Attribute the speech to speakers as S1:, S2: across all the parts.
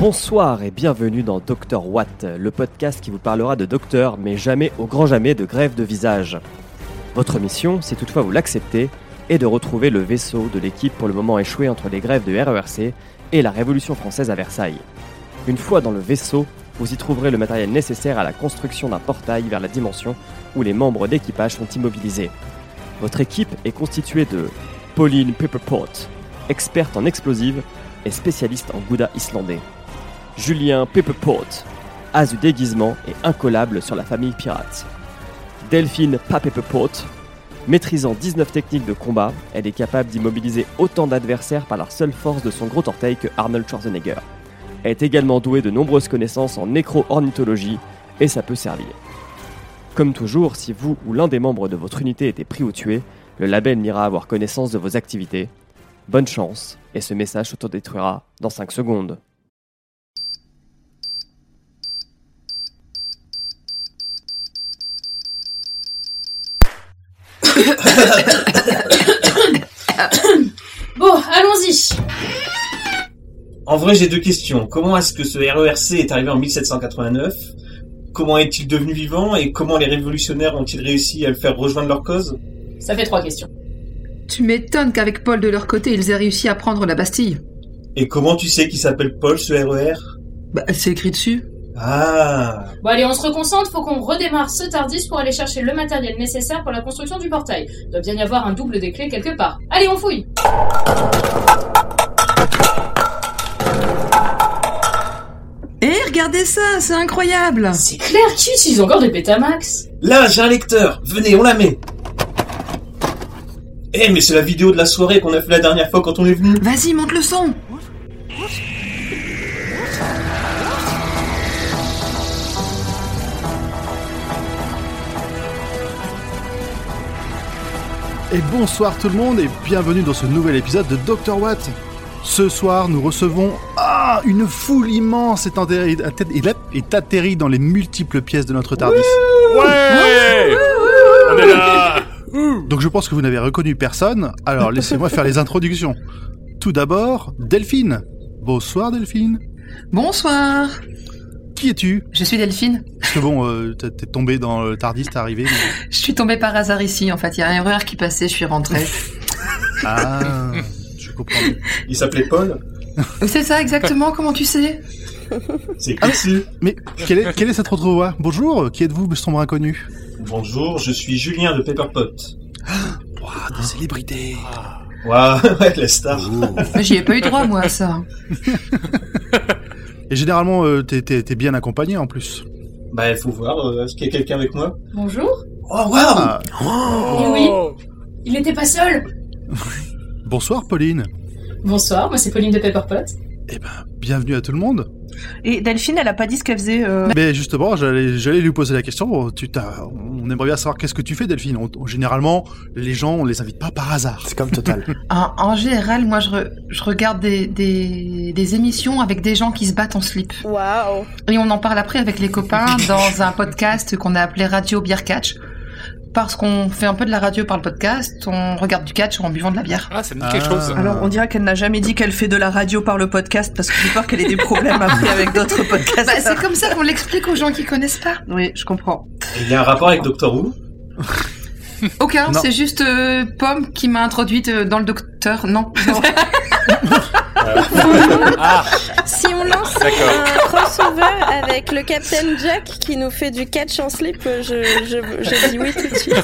S1: Bonsoir et bienvenue dans Dr Watt, le podcast qui vous parlera de docteur, mais jamais au grand jamais de grève de visage. Votre mission, si toutefois vous l'acceptez, est de retrouver le vaisseau de l'équipe pour le moment échoué entre les grèves de RERC et la Révolution française à Versailles. Une fois dans le vaisseau, vous y trouverez le matériel nécessaire à la construction d'un portail vers la dimension où les membres d'équipage sont immobilisés. Votre équipe est constituée de Pauline Pepperport, experte en explosives et spécialiste en gouda islandais. Julien Pepperport, as du déguisement et incollable sur la famille pirate. Delphine Papepeport, maîtrisant 19 techniques de combat, elle est capable d'immobiliser autant d'adversaires par la seule force de son gros orteil que Arnold Schwarzenegger. Elle est également douée de nombreuses connaissances en nécro-ornithologie et ça peut servir. Comme toujours, si vous ou l'un des membres de votre unité était pris ou tué, le label n'ira avoir connaissance de vos activités. Bonne chance, et ce message s'autodétruira dans 5 secondes.
S2: Bon, allons-y.
S3: En vrai, j'ai deux questions. Comment est-ce que ce RERC est arrivé en 1789 Comment est-il devenu vivant Et comment les révolutionnaires ont-ils réussi à le faire rejoindre leur cause
S2: Ça fait trois questions.
S4: Tu m'étonnes qu'avec Paul de leur côté, ils aient réussi à prendre la Bastille.
S3: Et comment tu sais qu'il s'appelle Paul, ce RER
S4: Bah, c'est écrit dessus.
S3: Ah
S2: Bon, allez, on se reconcentre, faut qu'on redémarre ce tardis pour aller chercher le matériel nécessaire pour la construction du portail. Doit bien y avoir un double des clés quelque part. Allez, on fouille
S4: Eh, regardez ça, c'est incroyable
S2: C'est clair qu'ils utilisent encore des Betamax
S3: Là, j'ai un lecteur Venez, on la met Eh, mais c'est la vidéo de la soirée qu'on a fait la dernière fois quand on est venu
S4: Vas-y, monte le son
S5: Et bonsoir tout le monde et bienvenue dans ce nouvel épisode de Dr Watt. Ce soir, nous recevons ah une foule immense est, enterrée- est atte- est atterrie dans les multiples pièces de notre Tardis.
S6: Ouais On est là
S5: Donc je pense que vous n'avez reconnu personne. Alors laissez-moi faire les introductions. Tout d'abord, Delphine. Bonsoir Delphine.
S4: Bonsoir
S5: Qui es-tu
S4: Je suis Delphine.
S5: Parce que bon, euh, t'es t'es tombé dans le Tardis, t'es arrivé. mais-
S4: Je suis tombée par hasard ici, en fait. Il y a un erreur qui passait, je suis rentrée.
S5: Ah, je comprends. mieux.
S3: Il s'appelait Paul
S4: c'est ça, exactement, comment tu sais
S3: C'est écrit dessus.
S5: Ah Mais quelle est, quelle est cette autre voix Bonjour, qui êtes-vous, sombre inconnu
S3: Bonjour, je suis Julien de Pepperpot.
S5: Ah, des célébrités.
S3: Waouh, la star
S5: Oh.
S4: Mais J'y ai pas eu droit, moi, à ça.
S5: Et généralement, euh, t'es- t'es t'es bien accompagné en plus.
S3: Bah, il faut voir, euh, est-ce qu'il y a quelqu'un avec moi
S2: Bonjour
S3: Oh, waouh
S5: Ah,
S4: Oh.
S2: Eh oui. Il n'était pas seul
S5: bonsoir Pauline.
S2: Bonsoir, moi c'est Pauline de Pepperpot.
S5: Bienvenue à tout le monde.
S7: Et Delphine, elle a pas dit ce qu'elle faisait. euh,
S5: Mais justement, j'allais j'allais lui poser la question. Oh, Tu t'as- on aimerait bien savoir qu'est-ce que tu fais, Delphine. On- on- généralement, les gens, on les invite pas par hasard.
S8: C'est comme Total.
S7: En, en général, moi, je, re- je regarde des, des, des émissions avec des gens qui se battent en slip.
S9: Waouh
S7: Et on en parle après avec les copains dans un podcast qu'on a appelé Radio Bière Catch. Parce qu'on fait un peu de la radio par le podcast, on regarde du catch en buvant de la bière.
S6: Ah, ça me dit
S5: Ah.
S6: quelque chose.
S5: Alors, on
S7: dirait qu'elle n'a jamais dit qu'elle fait de la radio par le podcast parce que j'ai peur qu'elle ait des problèmes après avec d'autres podcasts. Bah, c'est comme ça qu'on l'explique aux gens qui connaissent pas. Oui, je comprends.
S3: Il y a un rapport avec Doctor Who
S7: Aucun,
S5: Non.
S7: c'est juste euh, Pomme qui m'a introduite euh, dans le docteur. Non.
S6: Ah,
S9: Si on lance
S6: d'accord.
S9: un crossover avec le Captain Jack qui nous fait du catch en slip, je, je, je dis oui tout de suite.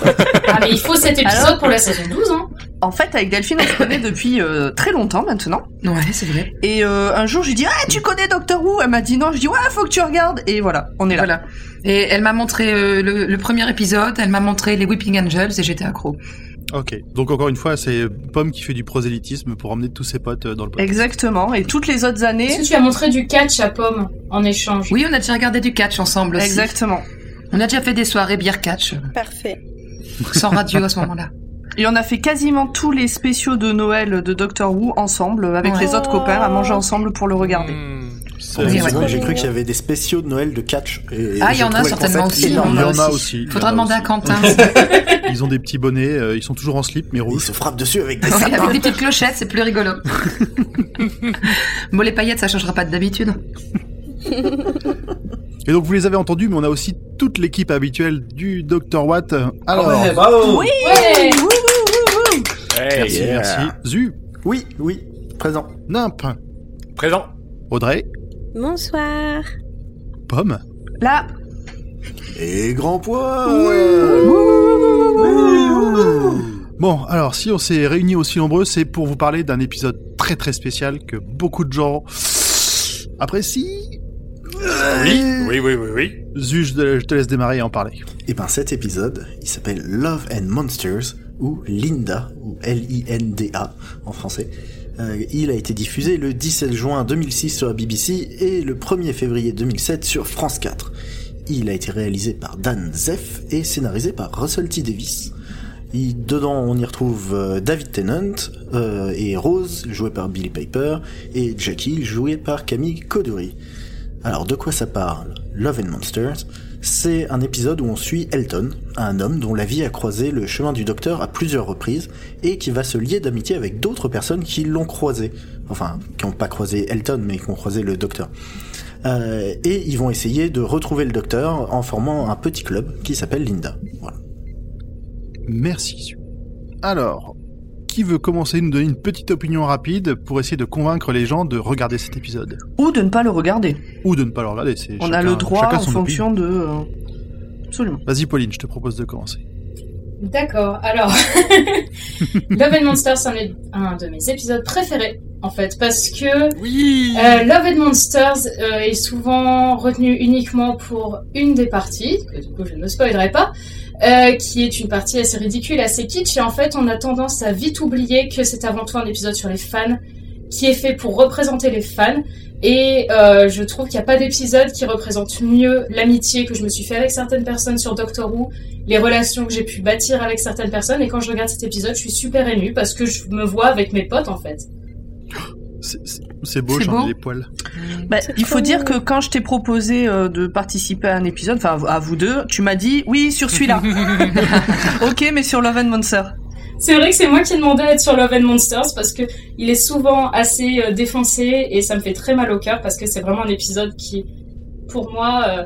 S2: Ah mais il faut cet épisode
S10: Alors
S2: pour la saison 12, hein
S10: En fait, avec Delphine, on se connaît depuis euh, très longtemps maintenant.
S7: ouais, c'est vrai.
S10: Et euh, un jour, je lui dis Ah, tu connais Doctor Who Elle m'a dit Non, je dis Ouais, faut que tu regardes. Et voilà, on est là.
S7: Voilà. Et elle m'a montré euh, le, le premier épisode, elle m'a montré les Weeping Angels et j'étais accro.
S5: Ok. Donc encore une fois, c'est Pomme qui fait du prosélytisme pour emmener tous ses potes euh, dans le podcast.
S10: Exactement. Et toutes les autres
S2: Est-ce
S10: années.
S2: que tu as montré du catch à Pomme en échange
S7: Oui, on a déjà regardé du catch ensemble aussi.
S10: Exactement.
S7: On a déjà fait des soirées bière catch,
S9: Parfait.
S7: sans radio à ce moment-là.
S10: Et on a fait quasiment tous les spéciaux de Noël de Doctor Who ensemble, avec
S7: Ouais. Oh.
S10: les autres copains, à manger ensemble pour le regarder.
S6: Hmm.
S5: Oui,
S8: Parce que
S7: ouais.
S8: moi, J'ai cru qu'il y avait des spéciaux de Noël de catch. Et
S7: Ah, il y
S8: je
S7: en a
S8: trouvais le
S7: certainement
S8: concept
S7: aussi.
S5: Il y
S8: énorme.
S7: en a
S5: en a
S7: aussi.
S5: aussi. il y en
S7: Faudra
S5: a
S7: demander à
S5: aussi.
S7: Quentin.
S5: Ils ont des petits bonnets, euh, ils sont toujours en slip, mais
S8: Ils
S5: rouges.
S8: se frappent dessus avec des
S7: Ouais, avec
S8: sapins.
S7: des petites clochettes, c'est plus rigolo. bon, les paillettes, ça changera pas de d'habitude.
S5: Et donc vous les avez entendus, mais on a aussi toute l'équipe habituelle du Dr Watt. Alors,
S8: Ah
S3: ouais, bravo
S10: Oui.
S2: Ouais
S10: Wouh, wouh, wouh, wouh.
S5: merci,
S8: Yeah.
S5: merci. Zu,
S8: Oui, oui, présent.
S5: Nimp,
S6: Présent.
S5: Audrey,
S9: Bonsoir.
S5: Pomme,
S10: Là,
S8: Et grand poids
S5: Bon, alors si on s'est réunis aussi nombreux, c'est pour vous parler d'un épisode très très spécial que beaucoup de gens apprécient.
S6: Oui, oui, oui, oui, oui.
S5: Zu, je te- je te laisse démarrer et en parler.
S8: Et ben cet épisode, il s'appelle Love and Monsters, ou Linda, ou L-I-N-D-A en français. Euh, il a été diffusé le 17 juin 2006 sur la BBC et le 1er février 2007 sur France 4. Il a été réalisé par Dan Zeff et scénarisé par Russell T. Davis. Et dedans, on y retrouve euh, David Tennant euh, et Rose, jouée par Billy Piper, et Jackie, jouée par Camille Codery. Alors, de quoi ça parle Love and Monsters C'est un épisode où on suit Elton, un homme dont la vie a croisé le chemin du docteur à plusieurs reprises et qui va se lier d'amitié avec d'autres personnes qui l'ont croisé. Enfin, qui n'ont pas croisé Elton, mais qui ont croisé le docteur. Euh, et ils vont essayer de retrouver le docteur en formant un petit club qui s'appelle Linda. Voilà.
S5: Merci Zu. Alors, qui veut commencer à nous donner une petite opinion rapide pour essayer de convaincre les gens de regarder cet épisode
S10: ou de ne pas le regarder.
S5: Ou de ne pas le regarder, c'est
S10: On a
S5: chacun-
S10: le droit
S5: chacun
S10: en
S5: son opinion.
S10: fonction de. euh, Absolument.
S5: Vas-y Pauline, je te propose de commencer.
S2: D'accord, alors. Love and Monster, c'est un, é- un de mes épisodes préférés, en fait, parce que
S6: Oui.
S2: euh, Love and Monsters euh, est souvent retenu uniquement pour une des parties, que du coup je ne spoilerai pas, euh, qui est une partie assez ridicule, assez kitsch, et en fait on a tendance à vite oublier que c'est avant tout un épisode sur les fans, qui est fait pour représenter les fans, et euh, je trouve qu'il n'y a pas d'épisode qui représente mieux l'amitié que je me suis fait avec certaines personnes sur Doctor Who, les relations que j'ai pu bâtir avec certaines personnes, et quand je regarde cet épisode je suis super émue parce que je me vois avec mes potes en fait.
S5: C'est- c'est- C'est beau,
S7: C'est
S5: j'en
S7: beau.
S5: ai les poils.
S10: Bah,
S9: C'est
S10: il
S9: trop
S10: faut dire que
S9: mignon.
S10: quand je t'ai proposé euh, de participer à un épisode, enfin à vous deux, tu m'as dit oui sur celui-là. ok, mais sur Love and Monster.
S2: C'est vrai que c'est moi qui ai demandé à être sur Love and Monsters parce que il est souvent assez euh, défoncé et ça me fait très mal au cœur parce que c'est vraiment un épisode qui, pour moi, euh,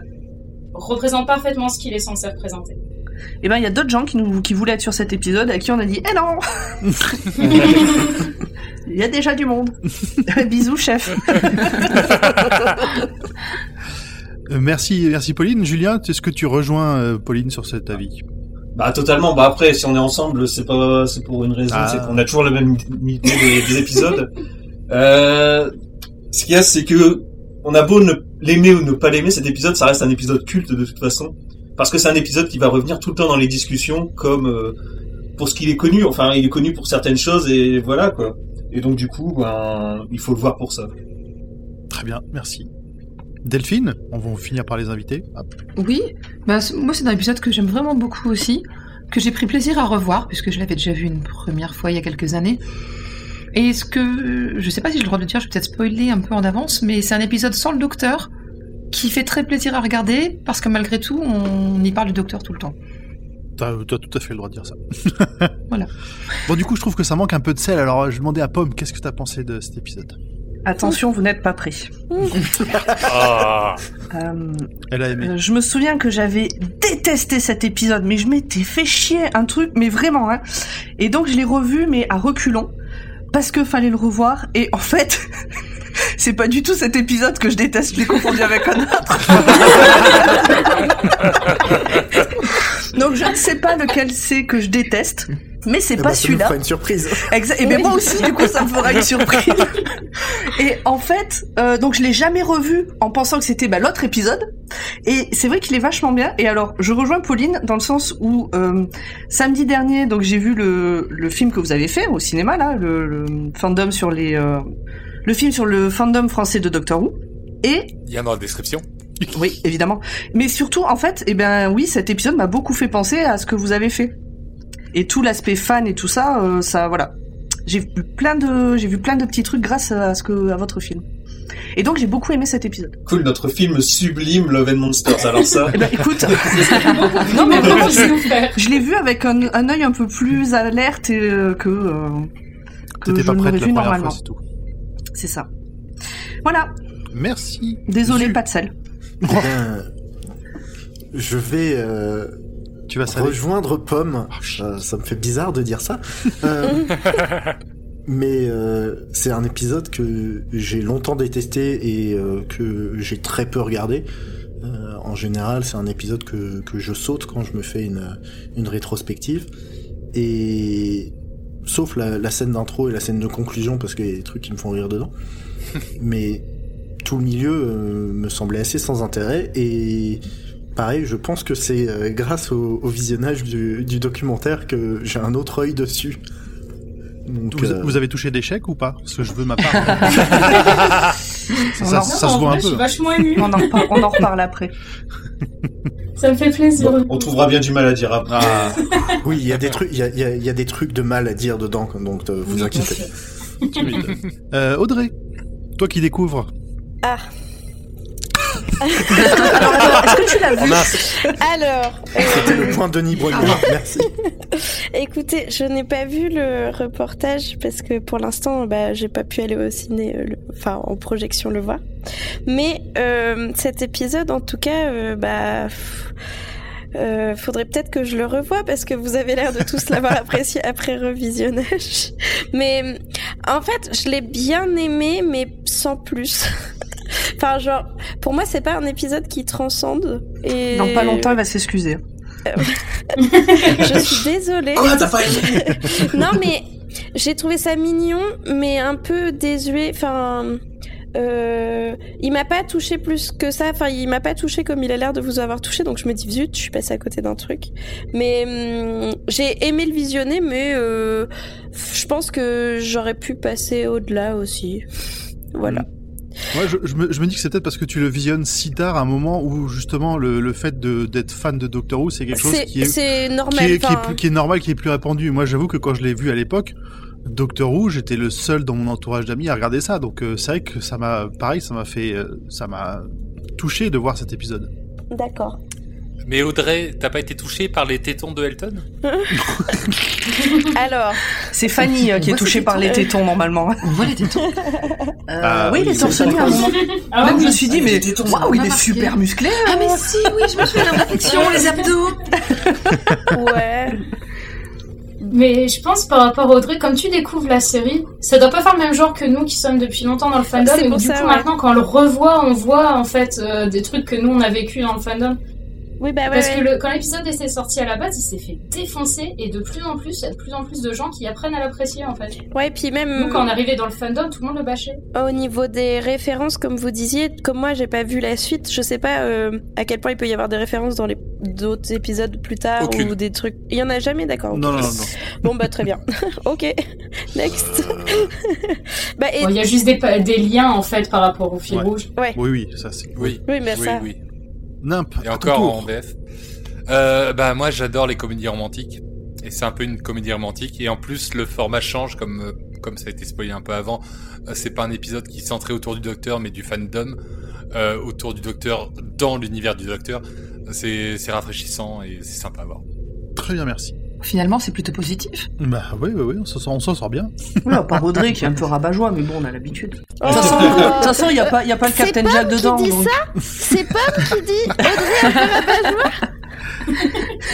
S2: représente parfaitement ce qu'il est censé représenter.
S10: Et ben il y a d'autres gens qui, nous, qui voulaient être sur cet épisode à qui on a dit eh non, il y a déjà du monde. Bisous chef.
S5: Euh, merci, merci Pauline. Julien, est-ce que tu rejoins euh, Pauline sur cet avis
S3: Bah totalement. Bah après, si on est ensemble, c'est pas, c'est pour une raison,
S5: Ah.
S3: c'est qu'on a toujours la même idée des, des épisodes. Euh, ce qu'il y a, c'est que on a beau ne l'aimer ou ne pas l'aimer, cet épisode, ça reste un épisode culte de toute façon, parce que c'est un épisode qui va revenir tout le temps dans les discussions, comme euh, pour ce qu'il est connu. Enfin, il est connu pour certaines choses et voilà quoi. Et donc du coup, ben, il faut le voir pour ça.
S5: Très bien, merci. Delphine, on va finir par les invités. Ah,
S7: Oui, bah, c- moi c'est un épisode que j'aime vraiment beaucoup aussi, que j'ai pris plaisir à revoir, puisque je l'avais déjà vu une première fois il y a quelques années. Et ce que, je sais pas si j'ai le droit de le dire, je vais peut-être spoiler un peu en avance, mais c'est un épisode sans le docteur, qui fait très plaisir à regarder, parce que malgré tout, on y parle du docteur tout le temps.
S5: T'as t'as tout à fait le droit de dire ça.
S7: Voilà.
S5: Bon, du coup, je trouve que ça manque un peu de sel. Alors, je demandais à Pomme, qu'est-ce que t'as pensé de cet épisode
S10: Attention, vous n'êtes pas pris.
S6: Ah.
S10: Euh,
S5: Elle a aimé.
S10: Euh, je me souviens que j'avais détesté cet épisode, mais je m'étais fait chier un truc, mais vraiment. Hein. Et donc je l'ai revu, mais à reculons, parce que fallait le revoir. Et en fait, c'est pas du tout cet épisode que je déteste, je l'ai confondu avec un autre. donc je ne sais pas lequel c'est que je déteste. Mais c'est
S8: Eh ben,
S10: pas
S8: ça nous
S10: celui-là.
S8: fera une surprise.
S10: Exact. Et ben moi aussi, du coup, ça me fera une surprise. Et en fait, euh, donc je l'ai jamais revu en pensant que c'était bah, l'autre épisode. Et c'est vrai qu'il est vachement bien. Et alors, je rejoins Pauline dans le sens où euh, samedi dernier, donc j'ai vu le, le film que vous avez fait au cinéma là, le, le fandom sur les, euh, le film sur le fandom français de Doctor Who. Et
S6: Il y en a dans la description.
S10: oui, évidemment. Mais surtout, en fait, eh ben oui, cet épisode m'a beaucoup fait penser à ce que vous avez fait. Et tout l'aspect fan et tout ça, euh, ça, voilà. J'ai vu plein de, j'ai vu plein de petits trucs grâce à ce que, à votre film. Et donc j'ai beaucoup aimé cet épisode.
S3: Cool, notre film sublime Love and Monsters. Alors ça.
S10: Eh ben écoute,
S2: Non, mais vraiment, je vais vous faire.
S10: je l'ai vu avec un, un œil un peu plus alerte et, euh, que, euh, que
S5: T'étais
S10: je
S5: pas
S10: ne l'aurais
S5: prête la
S10: vu
S5: première fois,
S10: normalement.
S5: c'est tout.
S10: C'est ça. Voilà,
S5: Merci.
S10: désolé,
S5: Zut.
S10: pas de sel.
S8: Eh bien, je vais euh,
S5: Tu vas saler. Oh,
S8: rejoindre Pomme. Euh, ça me fait bizarre de dire ça. Euh, mais euh, c'est un épisode que j'ai longtemps détesté et euh, que j'ai très peu regardé. Euh, en général, c'est un épisode que, que je saute quand je me fais une, une rétrospective. Et sauf la, la scène d'intro et la scène de conclusion parce qu'il y a des trucs qui me font rire dedans. mais tout le milieu euh, me semblait assez sans intérêt et pareil, je pense que c'est euh, grâce au, au visionnage du, du documentaire que j'ai un autre œil dessus. Donc,
S5: Vous,
S8: euh,
S5: vous avez touché des chèques ou pas Parce que je veux ma part. ça ça-
S10: Non,
S5: ça
S2: Non,
S5: se
S2: en
S5: voit
S2: vrai,
S5: un
S2: Je suis
S5: peu.
S2: vachement émue.
S10: On en reparle, on en reparle après.
S2: Ça me fait plaisir.
S3: Bon, on trouvera bien du mal à dire après.
S5: Ah,
S8: oui, il y a des trucs, il y a, il y a- il y a des trucs de mal à dire dedans, donc euh, vous
S2: Oui, bien
S8: inquiétez.
S2: sûr.
S5: tu m'étonnes. Euh, Audrey, toi qui découvres.
S9: Ah.
S10: Est-ce que tu l'as vu
S9: Alors, euh,
S8: C'était le point de Denis Brogniart, merci.
S9: écoutez, je n'ai pas vu le reportage parce que pour l'instant, bah, j'ai pas pu aller au ciné, euh, le- enfin en projection le voir. Mais euh, cet épisode, en tout cas, euh, bah. pff, euh, faudrait peut-être que je le revoie parce que vous avez l'air de tous l'avoir apprécié après revisionnage. Mais en fait, je l'ai bien aimé, mais sans plus. enfin, genre, pour moi, c'est pas un épisode qui transcende. Et
S10: Dans pas longtemps, il va s'excuser.
S9: je suis désolée.
S3: Quoi, t'as pas aimé
S9: non, mais j'ai trouvé ça mignon, mais un peu désuet. Enfin, euh, il m'a pas touché plus que ça. Enfin, il m'a pas touché comme il a l'air de vous avoir touché. Donc je me dis zut, je suis passée à côté d'un truc. Mais hum, j'ai aimé le visionner, mais euh, je pense que j'aurais pu passer au-delà aussi. Voilà.
S5: Moi, je, je me, je me dis que c'est peut-être parce que tu le visionnes si tard, à un moment où justement le, le fait de- d'être fan de Doctor Who, c'est quelque chose
S9: C'est
S5: qui est,
S9: c'est
S5: qui,
S9: normal.
S5: est, qui, est
S9: enfin,
S5: plus, qui est normal, qui est plus répandu. Moi, j'avoue que quand je l'ai vu à l'époque, Doctor Who, j'étais le seul dans mon entourage d'amis à regarder ça. Donc, euh, c'est vrai que ça m'a, pareil, ça m'a fait, euh, ça m'a touché de voir cet épisode.
S9: D'accord.
S6: Mais Audrey, t'as pas été touchée par les tétons de Elton
S9: Alors,
S10: C'est Fanny euh, qui est
S7: Moi,
S10: touchée
S7: c'est
S10: par les
S7: tout.
S10: tétons normalement.
S7: On voit les tétons.
S10: Euh,
S5: Ah,
S10: oui,
S5: oui,
S10: il est
S5: c'est
S10: torsionné à un moment.
S2: Ah
S10: hein. Même
S2: oui,
S10: je me suis dit, mais waouh, il est
S7: remarqué.
S10: super musclé.
S7: Ah mais si, oui, je me souviens de la réflexion, les abdos.
S9: ouais.
S2: Mais je pense par rapport à Audrey, comme tu découvres la série, ça doit pas faire le même genre que nous qui sommes depuis longtemps dans le fandom.
S9: C'est
S2: et
S9: pour
S2: du
S9: ça,
S2: coup,
S9: ouais.
S2: maintenant, quand on le revoit, on voit en fait euh, des trucs que nous on a vécu dans le fandom.
S9: Oui, bah ouais.
S2: Parce que
S9: ouais.
S2: le, quand l'épisode s'est sorti à la base, il s'est fait défoncer et de plus en plus, il y a de plus en plus de gens qui apprennent à l'apprécier en fait.
S9: Ouais, puis même.
S2: Nous, quand on arrivait dans le fandom, tout le monde le bâchait.
S9: Au niveau des références, comme vous disiez, comme moi j'ai pas vu la suite, je sais pas euh, à quel point il peut y avoir des références dans les d'autres épisodes plus tard
S6: Aucune.
S9: ou des trucs. Il y en a jamais, d'accord. ok.
S5: Non, non, non. non.
S9: Bon bah très bien. ok, next. bah et
S2: Bon, Il y a juste des, pa- des liens en fait par rapport au fil
S5: Ouais.
S2: rouge.
S5: Oui, oui, ça c'est.
S6: Oui.
S9: oui mais
S6: Oui,
S9: ça.
S6: oui.
S5: Nimp.
S6: Et
S5: à ton
S6: encore
S5: tour.
S6: en VF. Euh, bah moi j'adore les comédies romantiques et c'est un peu une comédie romantique et en plus le format change comme euh, comme ça a été spoilé un peu avant. Euh, C'est pas un épisode qui est centré autour du Docteur mais du fandom euh, autour du Docteur dans l'univers du Docteur. C'est c'est rafraîchissant et c'est sympa à voir.
S5: Très bien, merci.
S7: Finalement, c'est plutôt positif.
S5: Bah oui, oui, oui, on s'en sort, on s'en sort bien.
S10: Oula, par Audrey qui est un peu rabat-joie, mais bon, on a l'habitude.
S9: Oh.
S10: De toute façon, de toute façon, il n'y a, pas- il y a pas le
S9: C'est
S10: Captain
S9: Pomme
S10: Jack
S9: qui
S10: dedans.
S9: dit
S10: donc.
S9: C'est Pomme qui dit Audrey un peu rabat-joie.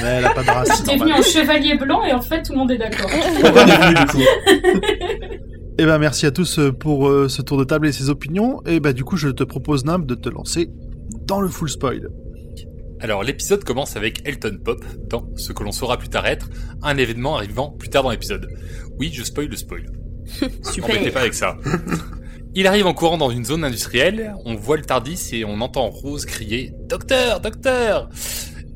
S5: Ouais, elle a pas de race, Ah, c'est
S2: T'es venu
S5: normal.
S2: en chevalier blanc et en fait, tout le monde est d'accord.
S3: Pourquoi on est venu du coup
S5: Eh ben merci à tous euh, pour euh, ce tour de table et ses opinions. Et ben du coup, je te propose Nimp de te lancer dans le full spoil.
S6: Alors l'épisode commence avec Elton Pop dans ce que l'on saura plus tard être un événement arrivant plus tard dans l'épisode. Oui, je spoil le spoil. N'embêtez pas avec ça. Il arrive en courant dans une zone industrielle, on voit le Tardis et on entend Rose crier Docteur, docteur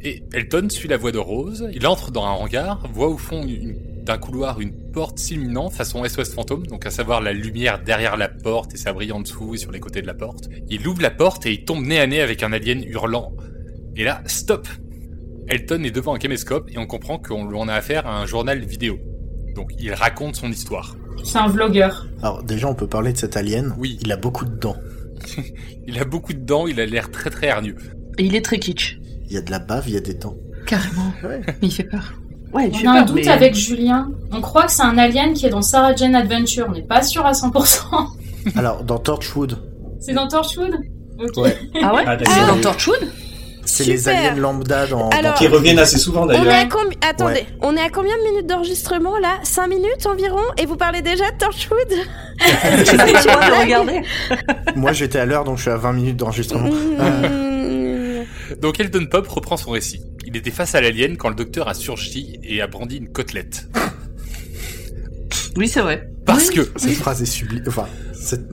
S6: Et Elton suit la voix de Rose, il entre dans un hangar, voit au fond une- d'un couloir une porte s'illuminant façon SOS fantôme, donc à savoir la lumière derrière la porte et ça brille en dessous et sur les côtés de la porte. Il ouvre la porte et il tombe nez à nez avec un alien hurlant. Et là, stop Elton est devant un caméscope et on comprend qu'on on a affaire à un journal vidéo. Donc il raconte son histoire.
S2: C'est un vlogueur.
S8: Alors déjà, on peut parler de cet alien.
S6: Oui.
S8: Il a beaucoup de dents.
S6: Il a beaucoup de dents, il a l'air très très hargneux.
S10: Et il est très kitsch.
S8: Il y a de la bave, il y a des dents.
S7: Carrément.
S8: Ouais.
S7: Mais il fait peur.
S10: Ouais,
S2: On a un doute avec Julien. On croit que c'est un alien qui est dans Sarah Jane Adventure. On n'est pas sûr à 100%.
S8: Alors, dans Torchwood,
S2: c'est dans Torchwood Ok.
S8: Ouais.
S10: Ah ouais
S3: Ah, d'accord.
S10: C'est dans Torchwood
S8: c'est les
S9: Super.
S8: aliens lambda dans.
S9: Alors-
S8: dans-
S3: Qui reviennent assez souvent
S9: On est à
S3: d'ailleurs.
S9: combien Attendez, on est à combien de minutes d'enregistrement là 5 minutes environ Et vous parlez déjà de Torchwood
S10: Tu n'as pas le droit de regarder
S8: Moi, j'étais à l'heure, donc je suis à 20 minutes d'enregistrement.
S9: Mm.
S8: Euh.
S9: Mmh.
S6: Donc Elton Pop reprend son récit. Il était face à l'alien quand le docteur a surgi et a brandi une côtelette.
S10: Oui, c'est vrai.
S6: Parce que
S8: Cette phrase est sublime. Enfin, cette-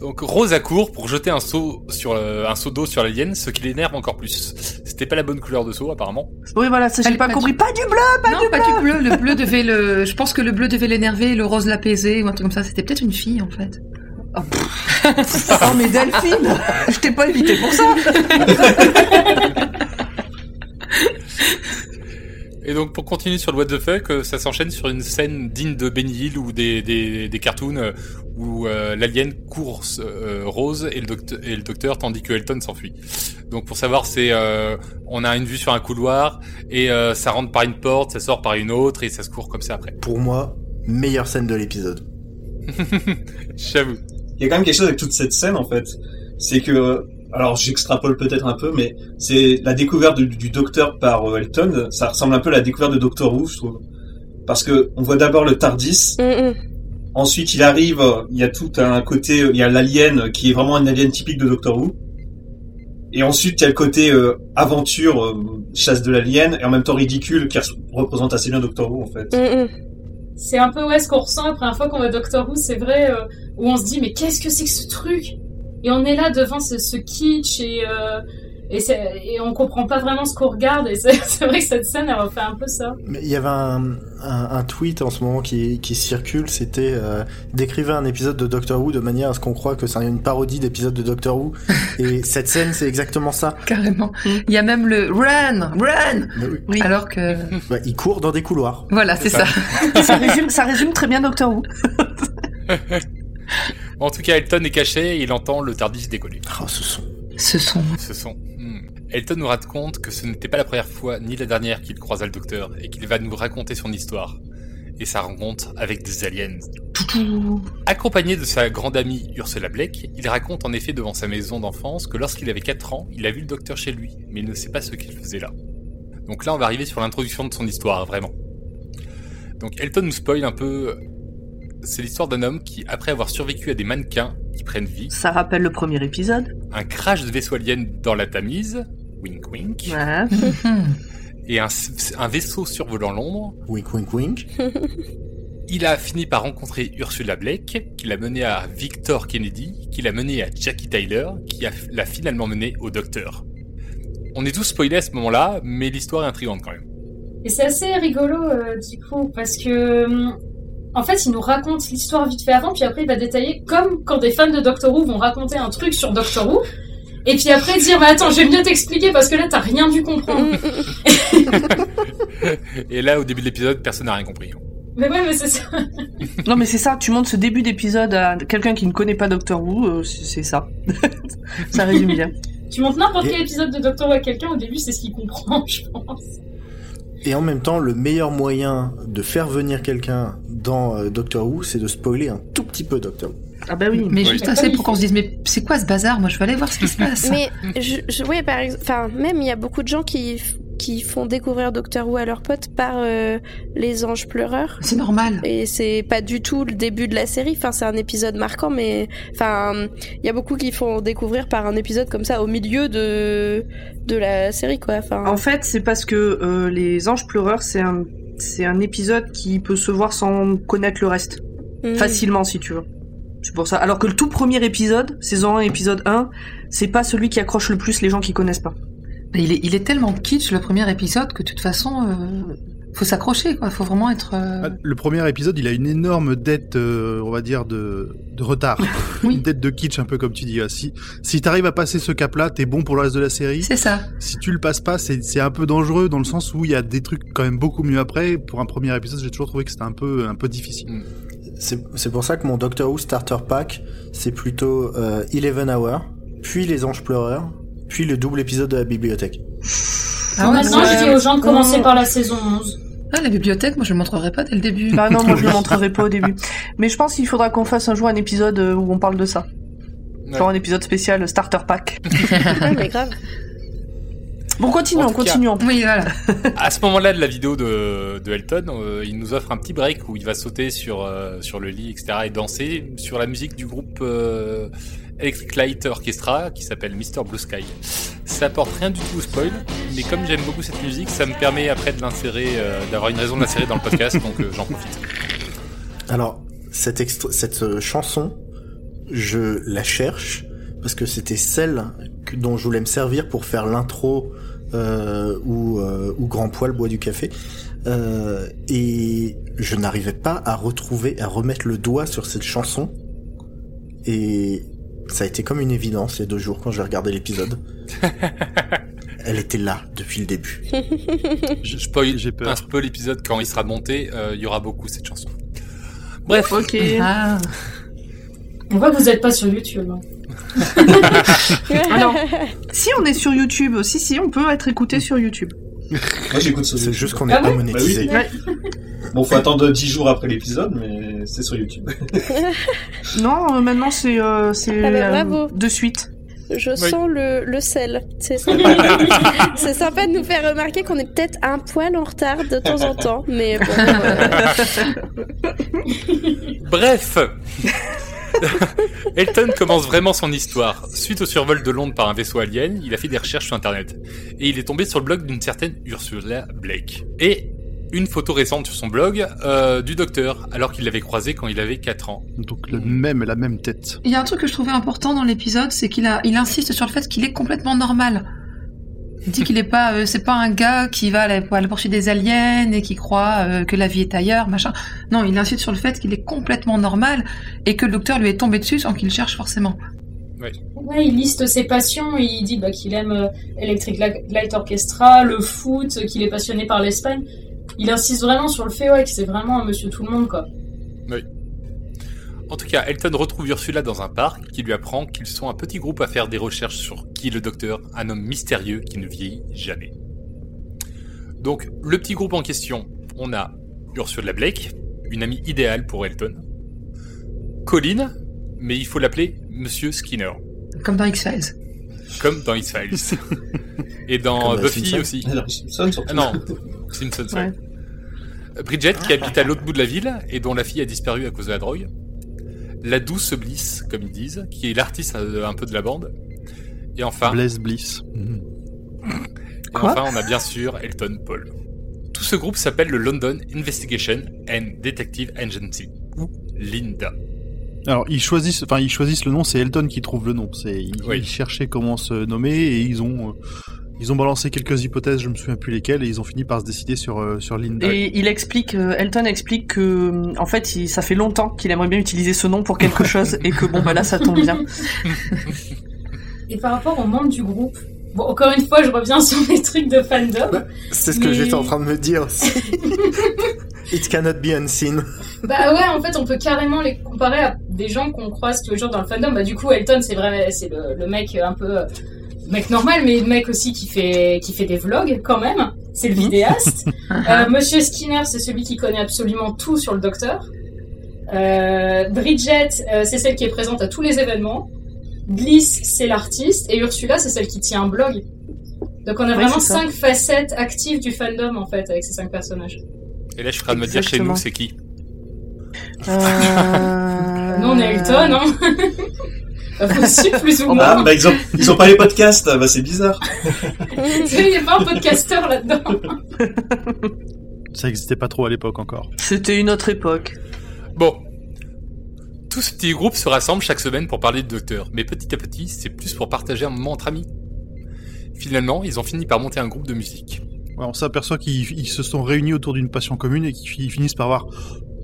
S6: donc Rose accourt pour jeter un seau sur euh, un seau d'eau sur l'alien, ce qui l'énerve encore plus. C'était pas la bonne couleur de seau apparemment.
S10: Oui, voilà, ça,
S7: Elle
S10: j'ai
S7: est
S10: pas
S7: pas
S10: compris.
S7: du-
S10: Pas du bleu
S7: non, pas du bleu. Le bleu devait le. Je pense que le bleu devait l'énerver, le rose l'apaiser ou un truc comme ça. C'était peut-être une fille en fait.
S10: Oh, mais Delphine Je t'ai pas invité pour ça
S6: Et donc pour continuer sur le what the fuck, euh, ça s'enchaîne sur une scène digne de Benny Hill ou des, des, des cartoons euh, où euh, l'alien course Rose et le, docteur, et le docteur tandis que Elton s'enfuit. Donc pour savoir c'est euh, on a une vue sur un couloir et euh, ça rentre par une porte, ça sort par une autre et ça se court comme ça après.
S8: pour moi, meilleure scène de l'épisode.
S6: J'avoue.
S3: Il y a quand même quelque chose avec toute cette scène en fait. C'est que, euh, alors j'extrapole peut-être un peu, mais c'est la découverte du, du docteur par euh, Elton, ça ressemble un peu à la découverte de Doctor Who, je trouve. Parce que on voit d'abord le Tardis,
S9: Mmh.
S3: ensuite il arrive, euh, il y a tout un côté, euh, il y a l'alien euh, qui est vraiment un alien typique de Doctor Who. Et ensuite il y a le côté euh, aventure, euh, chasse de l'alien, et en même temps ridicule, qui res- représente assez bien Doctor Who en fait.
S9: Mmh.
S2: C'est un peu ouais, ce qu'on ressent la première fois qu'on voit Doctor Who, c'est vrai, euh, où on se dit mais qu'est-ce que c'est que ce truc Et on est là devant ce, ce kitsch et, euh, et, c'est- et on comprend pas vraiment ce qu'on regarde. Et c'est c'est vrai que cette scène, elle refait un peu ça.
S8: Mais il y avait un, un- un tweet en ce moment qui, qui circule, c'était euh, décrivez un épisode de Doctor Who de manière à ce qu'on croit que c'est une parodie d'épisode de Doctor Who. Et cette scène, c'est exactement ça.
S7: Carrément.
S10: Mm.
S7: Il y a même le run, run.
S8: Mais oui.
S10: Oui.
S7: Alors que
S8: Bah, il court dans des couloirs.
S7: voilà, c'est
S6: C'est
S7: ça.
S10: ça, résume, ça résume très bien Doctor Who.
S6: En tout cas Elton est caché et il entend le tardis décoller.
S8: Oh, ce son.
S7: Ce sont.
S6: Ce sont. hmm. Elton nous raconte que ce n'était pas la première fois ni la dernière qu'il croisa le docteur et qu'il va nous raconter son histoire et sa rencontre avec des aliens. Accompagné de sa grande amie Ursula Blake, il raconte en effet devant sa maison d'enfance que lorsqu'il avait 4 ans, il a vu le docteur chez lui, mais il ne sait pas ce qu'il faisait là. Donc là, on va arriver sur l'introduction de son histoire, vraiment. Donc Elton nous spoil un peu. C'est l'histoire d'un homme qui, après avoir survécu à des mannequins qui prennent vie,
S10: Ça rappelle le premier épisode.
S6: un crash de vaisseau alien dans la Tamise, wink wink,
S10: Ouais.
S7: Mhm.
S6: et un, s- un vaisseau survolant Londres,
S8: Wink, wink, wink.
S6: il a fini par rencontrer Ursula Blake, qui l'a mené à Victor Kennedy, qui l'a mené à Jackie Tyler, qui a- l'a finalement mené au docteur. On est tous spoilés à ce moment-là, mais l'histoire est intrigante quand même.
S2: Et c'est assez rigolo euh, du coup parce que hum, en fait, il nous raconte l'histoire vite fait avant, puis après il va détailler comme quand des fans de Doctor Who vont raconter un truc sur Doctor Who. Et puis après dire, mais attends, je vais mieux t'expliquer parce que là, t'as rien dû comprendre.
S9: Mmh.
S6: Et là, au début de l'épisode, personne n'a rien compris.
S2: Mais ouais, mais c'est ça.
S10: Non, mais c'est ça, tu montres ce début d'épisode à quelqu'un qui ne connaît pas Doctor Who, euh, c'est c'est ça. ça résume bien.
S2: Tu montes n'importe
S8: Et-
S2: quel épisode de Doctor Who à quelqu'un, au début, c'est ce qu'il comprend, je pense.
S8: Et en même temps, le meilleur moyen de faire venir quelqu'un dans euh, Doctor Who, c'est de spoiler un tout petit peu Doctor Who.
S10: Ah bah oui.
S7: Mais
S6: Oui.
S7: juste assez pour qu'on se dise mais c'est quoi ce bazar Moi je veux aller voir ce qui se passe.
S9: Mais je, je- ouais, par exemple, enfin, même il y a beaucoup de gens qui, f- qui font découvrir Doctor Who à leurs potes par euh, les anges pleureurs.
S7: C'est normal.
S9: Et c'est pas du tout le début de la série. Enfin, c'est un épisode marquant, mais enfin, il y a beaucoup qui font découvrir par un épisode comme ça au milieu de de la série, quoi. Enfin,
S10: En fait, c'est parce que euh, les Anges pleureurs, c'est un, c'est un épisode qui peut se voir sans connaître le reste. mm.
S7: Mm.
S9: hmm.
S10: Facilement, si tu veux. C'est pour ça. Alors que le tout premier épisode, saison 1, épisode 1, c'est pas celui qui accroche le plus les gens qui connaissent pas.
S7: Mais Il est, il est tellement kitsch le premier épisode que de toute façon, euh, faut s'accrocher quoi. Faut vraiment être. euh,
S5: Ah, Le premier épisode, il a une énorme dette, euh, on va dire, de, de retard.
S7: Oui.
S5: Une dette de kitsch, un peu comme tu dis. Ah, Si, si t'arrives à passer ce cap-là, t'es bon pour le reste de la série.
S7: C'est ça.
S5: Si tu le passes pas, c'est c'est un peu dangereux dans le sens où il y a des trucs quand même beaucoup mieux après. Pour un premier épisode, j'ai toujours trouvé que c'était un peu, un peu difficile.
S8: C'est c'est pour ça que mon Doctor Who Starter Pack, c'est plutôt euh, 11 Hour, puis Les Anges Pleureurs, puis le double épisode de la bibliothèque.
S7: Ah ouais,
S2: Maintenant,
S7: c'est-
S2: je dis aux gens de commencer
S10: Mmh.
S2: par la saison 11.
S7: Ah, la bibliothèque, moi je le montrerai pas dès le début.
S10: Bah non, moi je le montrerai pas au début. Mais je pense qu'il faudra qu'on fasse un jour un épisode euh, où on parle de ça. Genre un épisode spécial euh, Starter Pack.
S9: Ah, mais grave.
S10: Bon, continue,
S6: En
S10: on
S6: tout cas-
S10: continue. on-
S7: Oui, voilà.
S6: À ce moment-là de la vidéo de, de Elton, euh, il nous offre un petit break où il va sauter sur, euh, sur le lit, etc. et danser sur la musique du groupe euh, Electric Light Orchestra qui s'appelle Mr. Blue Sky. Ça apporte rien du tout au spoil, mais comme j'aime beaucoup cette musique, ça me permet après de l'insérer, euh, d'avoir une raison de l'insérer dans le podcast, donc euh, j'en profite.
S8: Alors, cette, extra- cette euh, chanson, je la cherche parce que c'était celle que- dont je voulais me servir pour faire l'intro euh, où, euh, où Grand Poil boit du café. Euh, et je n'arrivais pas à retrouver, à remettre le doigt sur cette chanson. Et ça a été comme une évidence les deux jours quand j'ai regardé l'épisode. Elle était là depuis le début.
S6: Je spoil,
S5: J'ai peur.
S6: un spoil épisode quand il sera monté, euh, il y aura beaucoup cette chanson. Bref,
S10: Ok.
S7: Ah.
S2: On voit que vous n'êtes pas sur YouTube. hein.
S10: Alors, si on est sur YouTube, si, si, on peut être écouté sur YouTube.
S3: Moi, j'écoute sur
S8: C'est
S3: YouTube.
S8: juste qu'on n'est
S2: Ah
S8: pas
S2: bon
S8: monétisé.
S10: Bah
S3: Bon, faut attendre 10 jours après l'épisode, mais c'est sur YouTube.
S10: Non, euh, maintenant c'est euh, c'est,
S9: Ah bah,
S10: euh,
S9: bravo.
S10: de suite.
S9: Je
S6: Oui.
S9: sens le, le sel. C'est sympa. C'est sympa de nous faire remarquer qu'on est peut-être un poil en retard de temps en temps, mais bon, euh,
S6: Bref Elton commence vraiment son histoire. Suite au survol de Londres par un vaisseau alien, il a fait des recherches sur Internet. Et il est tombé sur le blog d'une certaine Ursula Blake. Et une photo récente sur son blog euh, du docteur, alors qu'il l'avait croisé quand il avait 4 ans.
S5: Donc
S7: Mm.
S5: le même, la même tête.
S7: Il y a un truc que je trouvais important dans l'épisode, c'est qu'il a, il insiste sur le fait qu'il est complètement normal. Il dit qu'il est pas, euh, c'est pas un gars qui va à la, à la poursuite des aliens et qui croit euh, que la vie est ailleurs, machin. Non, il insiste sur le fait qu'il est complètement normal et que le docteur lui est tombé dessus sans qu'il cherche forcément.
S2: Ouais, il liste ses passions et il dit bah, qu'il aime euh, Electric La- Light Orchestra, le foot, euh, qu'il est passionné par l'Espagne. Il insiste vraiment sur le fait ouais, que c'est vraiment un monsieur tout le monde. quoi.
S6: En tout cas, Elton retrouve Ursula dans un parc qui lui apprend qu'ils sont un petit groupe à faire des recherches sur qui est le docteur, un homme mystérieux qui ne vieillit jamais. Donc, le petit groupe en question, on a Ursula Blake, une amie idéale pour Elton, Colin, mais il faut l'appeler Monsieur Skinner,
S7: Comme dans X-Files.
S6: comme dans X-Files. Et dans
S8: Comme dans
S6: Buffy
S8: Simpsons.
S6: aussi.
S3: Alors, Simpson, surtout.
S6: Ah non, Simpson, ouais. Bridget, qui habite à l'autre bout de la ville et dont la fille a disparu à cause de la drogue. La douce Bliss, comme ils disent, qui est l'artiste euh, un peu de la bande. Et enfin,
S5: Blaise Bliss. Mm.
S6: et enfin, on a bien sûr Elton Paul. Tout ce groupe s'appelle le London Investigation and Detective Agency, ou LINDA.
S5: Alors ils choisissent, enfin ils choisissent le nom. C'est Elton qui trouve le nom. C'est ils,
S6: Oui.
S5: ils cherchaient comment se nommer et ils ont euh, ils ont balancé quelques hypothèses. Je me souviens plus lesquelles et ils ont fini par se décider sur euh, sur Linda.
S10: Et il explique, euh, Elton explique que euh, en fait, il- ça fait longtemps qu'il aimerait bien utiliser ce nom pour quelque chose et que bon bah là ça tombe bien.
S2: Et par rapport au membre du groupe, bon, encore une fois, je reviens sur mes trucs de fandom.
S8: C'est ce que
S2: Mais-
S8: j'étais en train de me dire aussi. It cannot be unseen.
S2: Bah ouais, en fait, on peut carrément les comparer à des gens qu'on croise tous les jours dans le fandom. Bah du coup, Elton, c'est vrai, c'est le, le mec un peu euh, mec normal, mais le mec aussi qui fait qui fait des vlogs quand même. C'est
S10: Mhm.
S2: le vidéaste.
S10: Uh-huh.
S2: Euh, Monsieur Skinner, c'est celui qui connaît absolument tout sur le Docteur. Euh, Bridget, euh, c'est celle qui est présente à tous les événements. Bliss, c'est l'artiste, et Ursula, c'est celle qui tient un blog. Donc on a vraiment
S10: c'est ça.
S2: cinq facettes actives du fandom en fait avec ces cinq personnages.
S6: Et là, je suis en train de me dire chez
S10: Exactement.
S6: nous, c'est qui
S10: Euh...
S2: Nous, on est Elton, hein Bah, Faut suivre plus ou
S3: Euh. Ah,
S2: moins.
S3: bah, ils ont, ils ont pas les podcasts, bah, c'est bizarre.
S2: Il n'y a pas un podcasteur là-dedans.
S5: Ça n'existait pas trop à l'époque encore.
S10: C'était une autre époque.
S6: Bon. Tout ce petit groupe se rassemble chaque semaine pour parler de docteur, mais petit à petit, c'est plus pour partager un moment entre amis. Finalement, ils ont fini par monter un groupe de musique.
S5: Ouais, on s'aperçoit qu'ils ils se sont réunis autour d'une passion commune et qu'ils fi- finissent par avoir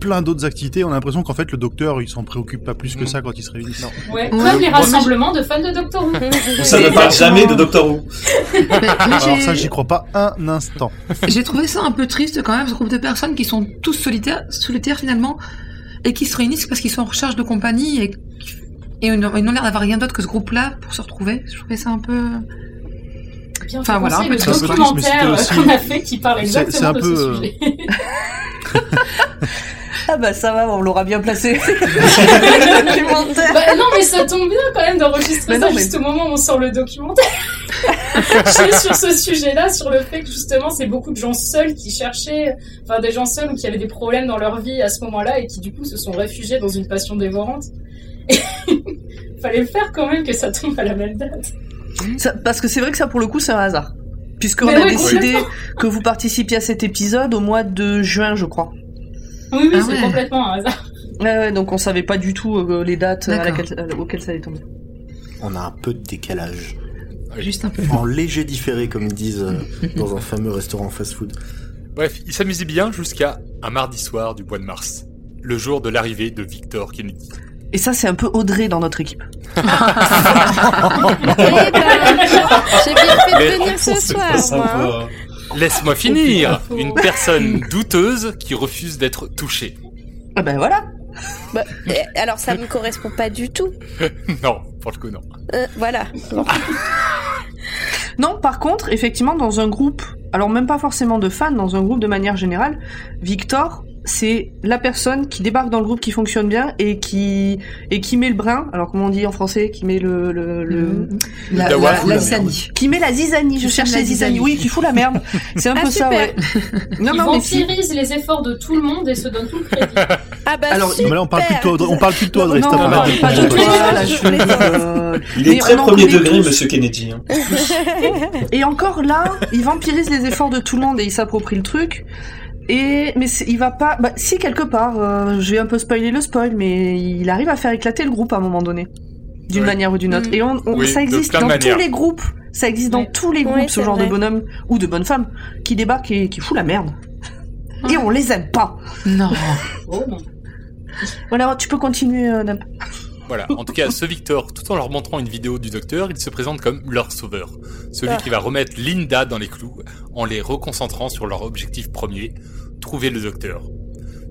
S5: plein d'autres activités. On a l'impression qu'en fait le docteur il s'en préoccupe pas plus que
S6: Mm.
S5: ça quand ils se réunissent.
S2: Ouais,
S7: Ouais.
S2: comme les rassemblements de fans de Doctor Who.
S3: Ça ne parle jamais de Doctor Who.
S7: Mais- mais
S5: Alors
S7: j'ai-
S5: ça j'y crois pas un instant.
S7: J'ai trouvé ça un peu triste quand même, ce groupe de personnes qui sont tous solitaires, solitaires finalement, et qui se réunissent parce qu'ils sont en recherche de compagnie et, et ils n'ont ils n'ont l'air d'avoir rien d'autre que ce groupe-là pour se retrouver. Je trouvais ça un peu.
S2: Bien
S7: Enfin,
S2: fait
S7: voilà,
S2: penser
S7: un peu
S2: le
S7: de ça,
S5: c'est vrai,
S2: documentaire
S5: mais c'était
S2: qu'on
S5: aussi-
S2: a fait qui parle
S5: C'est- c'est
S2: exactement
S5: un
S2: de
S5: peu,
S2: ce
S5: euh,
S2: sujet.
S10: Ah bah ça va, on l'aura bien placé.
S2: Bah, non, mais ça tombe bien quand même d'enregistrer
S10: Mais
S2: ça
S10: non, mais-
S2: juste au moment où on sort le documentaire. Je suis sur ce sujet-là, sur le fait que justement, c'est beaucoup de gens seuls qui cherchaient, enfin des gens seuls ou qui avaient des problèmes dans leur vie à ce moment-là et qui du coup se sont réfugiés dans une passion dévorante. Fallait le faire quand même que ça tombe à la même date.
S10: Mm. Ça- parce que c'est vrai que ça, pour le coup, c'est un hasard. Puisqu'on
S2: Mais
S10: a
S2: oui,
S10: décidé que vous participiez à cet épisode au mois de juin, je crois.
S2: Oui, oui,
S7: Ah
S2: c'est
S7: ouais.
S2: complètement un hasard.
S10: Ouais, ouais, donc on savait pas du tout euh, les dates à
S7: D'accord.
S10: laquelle- euh, auxquelles ça allait tomber.
S8: On a un peu de décalage.
S7: Juste un peu.
S8: En léger différé, comme ils disent euh, dans un fameux restaurant fast-food.
S6: Bref, il s'amusait bien jusqu'à un mardi soir du mois de mars, le jour de l'arrivée de Victor Kennedy.
S10: Et ça, c'est un peu Audrey dans notre équipe.
S9: Eh ben, j'ai bien fait
S6: Mais
S9: de venir ce
S6: c'est
S9: soir, moi. hein.
S3: Sympa.
S6: Laisse-moi finir Une personne douteuse qui refuse d'être touchée.
S10: Ah ben voilà.
S9: Bah, eh, alors ça me correspond pas du tout.
S6: Non, pour le coup, non.
S9: Euh, voilà. Bon.
S10: Non, par contre, effectivement, dans un groupe, alors même pas forcément de fans, dans un groupe de manière générale, Victor, c'est la personne qui débarque dans le groupe qui fonctionne bien et qui et qui met le brin. Alors comment on dit en français, qui met le le, le-
S7: La,
S6: Dawa
S7: la,
S6: fout
S7: la
S6: la
S7: zizanie.
S10: qui met la zizanie.
S7: Qui
S10: Je
S7: fout
S10: cherche
S7: la
S10: la zizanie.
S7: zizanie.
S10: Oui, qui fout la merde. C'est un
S9: Ah,
S10: peu ça.
S9: super.
S10: Ouais. Non,
S2: Ils
S10: non, mais si.
S2: vampirisent les efforts de tout le monde et se donnent tout le crédit.
S9: Ah bah
S10: Alors,
S5: Non, mais là, on parle
S9: super.
S5: plutôt, Audrey- on parle plutôt
S10: Non,
S5: Audrey,
S10: non,
S5: c'est
S10: non,
S5: Oh, pas
S10: pas de
S5: mal.
S10: toi, là, je plaisante. Euh,
S3: Il est
S10: Mais
S3: très
S10: on en
S3: premier
S10: connaît
S3: degré,
S10: tous.
S3: monsieur Kennedy. hein.
S10: Et encore là, il vampirise les efforts de tout le monde et il s'approprie le truc. Et mais c'est- il va pas. Bah, si quelque part, euh, je vais un peu spoiler le spoil, mais il arrive à faire éclater le groupe à un moment donné, d'une
S6: Oui.
S10: manière ou d'une autre.
S7: Mm.
S10: Et on, on-
S6: Oui,
S10: ça
S6: de
S10: existe
S6: plein de
S10: dans tous
S6: manières.
S10: les groupes. Ça existe dans
S2: Ouais.
S10: tous les groupes,
S9: Ouais,
S10: ce
S9: c'est
S10: genre
S9: vrai.
S10: de bonhomme ou de bonne femme qui débarque et qui fout la merde. Et on les aime pas.
S7: Non.
S2: Oh, non.
S10: Voilà, tu peux continuer. euh, Nap.
S6: Voilà, en tout cas, ce Victor, tout en leur montrant une vidéo du docteur, il se présente comme leur sauveur. Celui qui va remettre Linda dans les clous en les reconcentrant sur leur objectif premier, trouver le docteur.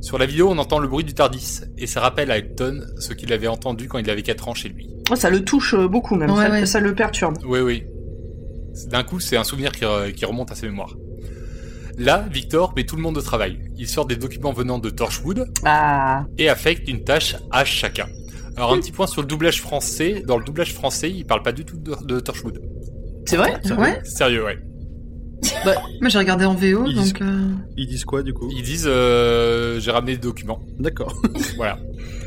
S6: Sur la vidéo, on entend le bruit du Tardis, et ça rappelle à Elton ce qu'il avait entendu quand il avait 4 ans chez lui.
S10: Oh, ça le touche euh, beaucoup même.
S7: Ouais,
S10: ça,
S7: ouais.
S10: ça le perturbe.
S6: Oui, oui. C'est- D'un coup, c'est un souvenir qui, re- qui remonte à ses mémoires. Là, Victor met tout le monde au travail. Il sort des documents venant de Torchwood
S10: Ah.
S6: et affecte une tâche à chacun. Alors, un petit point sur le doublage français. Dans le doublage français, il parle pas du tout de, de Torchwood.
S10: C'est vrai.
S7: Ouais.
S6: Sérieux, ouais.
S7: Bah, Moi, j'ai regardé en VO,
S5: Ils-
S7: donc. euh,
S5: Ils disent quoi, du coup
S6: Ils disent euh, J'ai ramené des documents.
S5: D'accord.
S6: Voilà.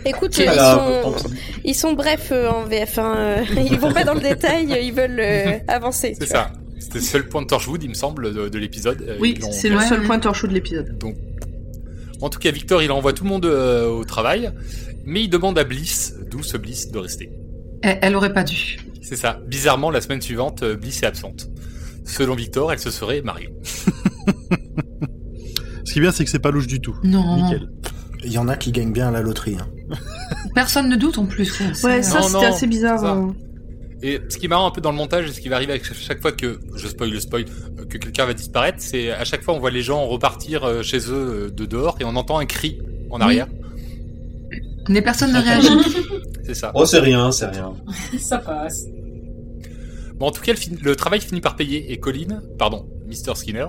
S9: écoute, euh,
S3: Ah,
S9: ils
S3: là,
S9: sont,
S3: tant pis.
S9: ils sont brefs euh, en VF1. euh, ils vont pas dans le détail, euh, ils veulent euh, avancer.
S6: C'est
S9: tu vois.
S6: ça. C'était le seul point de Torchwood, il me semble, de, de l'épisode. Euh,
S10: Oui,
S6: ils l'ont-
S10: c'est le
S7: Ouais,
S10: seul
S7: ouais.
S10: point torchou de l'épisode.
S6: En tout cas, Victor, il envoie tout le monde euh, au travail, mais il demande à Bliss, d'où ce Bliss, de rester.
S7: Elle, elle aurait pas dû.
S6: C'est ça. Bizarrement, la semaine suivante, euh, Bliss est absente. Selon Victor, elle se serait mariée.
S5: Ce qui est bien, c'est que c'est pas louche du tout.
S7: Non.
S5: Nickel.
S8: Il y en a qui gagnent bien à la loterie. hein.
S7: Personne ne doute en plus. quoi. C'est-
S10: Ouais, ça
S6: Non,
S10: c'était
S6: non,
S10: assez bizarre.
S6: c'est ça.
S10: euh.
S6: Et ce qui est marrant un peu dans le montage et ce qui va arriver à ch- chaque fois que, je spoil le spoil, euh, que quelqu'un va disparaître, c'est à chaque fois on voit les gens repartir euh, chez eux euh, de dehors et on entend un cri en arrière.
S7: Mais personne ne réagit.
S6: C'est ça.
S3: Oh, c'est rien, c'est rien.
S2: Ça passe.
S6: Bon, en tout cas, le, fin- le travail finit par payer et Colin, pardon, Mr. Skinner,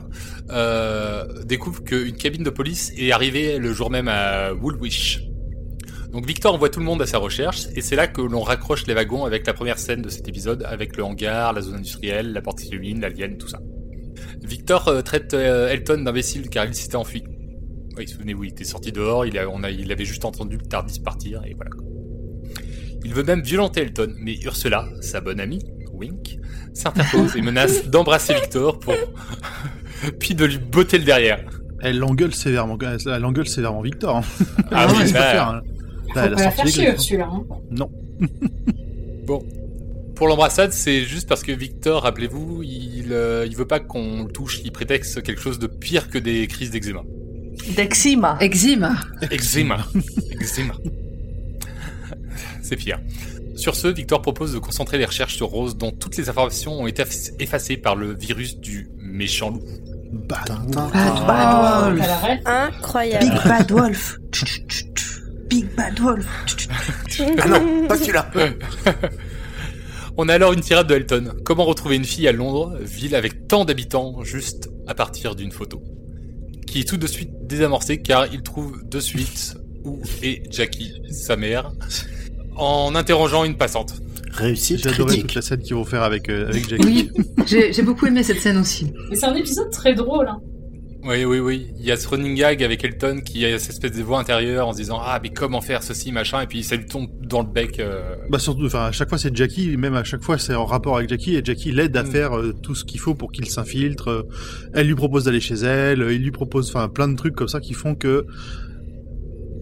S6: euh, découvre qu'une cabine de police est arrivée le jour même à Woolwich. Donc Victor envoie tout le monde à sa recherche et c'est là que l'on raccroche les wagons avec la première scène de cet épisode avec le hangar, la zone industrielle, la porte illumine, l'alien, tout ça. Victor euh, traite euh, Elton d'imbécile car il s'était enfui. Oui, souvenez-vous, il était sorti dehors, il, a- on a- il avait juste entendu le Tardis partir et voilà. quoi. Il veut même violenter Elton, mais Ursula, sa bonne amie, Wink, s'interpose et menace d'embrasser Victor pour puis de lui botter le derrière.
S5: Elle l'engueule sévèrement, elle l'engueule sévèrement Victor. hein.
S6: Ah
S5: Elle
S6: oui,
S5: sait pas
S6: bah,
S5: faire, hein. Là,
S2: Faut pas la faire
S5: les
S2: chier,
S5: griffes, hein.
S2: celui-là. hein.
S6: Pour l'embrassade, c'est juste parce que Victor, rappelez-vous, il, euh, il veut pas qu'on le touche, il prétexte quelque chose de pire que des crises d'eczéma.
S10: Dexima.
S7: Exime.
S6: Eczéma. Eczéma. C'est pire. Sur ce, Victor propose de concentrer les recherches sur Rose, dont toutes les informations ont été effa- effacées par le virus du méchant loup.
S5: Bah,
S8: Tintin.
S7: Bad
S10: Ah.
S2: T'as
S7: Wolf.
S2: la ref
S9: Incroyable.
S10: Big Bad Wolf. Big Bad Wolf.
S8: Ah non, pas
S6: Euh,
S8: celui-là.
S6: On a alors une tirade de Elton. Comment retrouver une fille à Londres, ville avec tant d'habitants, juste à partir d'une photo Qui est tout de suite désamorcée car il trouve de suite où est Jackie, sa mère, en interrogeant une passante.
S8: Réussite
S5: J'ai adoré
S8: critique.
S5: toute la scène qu'ils vont faire avec, euh, avec Jackie.
S7: Oui, j'ai j'ai beaucoup aimé cette scène aussi.
S2: Mais c'est un épisode très drôle. Hein.
S6: Oui, oui, oui. Il y a ce running gag avec Elton qui a cette espèce de voix intérieure en se disant Ah, mais comment faire ceci, machin, et puis ça lui tombe dans le bec. euh,
S5: Bah surtout, enfin à chaque fois c'est Jackie, même à chaque fois c'est en rapport avec Jackie et Jackie l'aide à
S6: Mm.
S5: faire euh, tout ce qu'il faut pour qu'il s'infiltre. euh, elle lui propose d'aller chez elle, euh, il lui propose enfin plein de trucs comme ça qui font que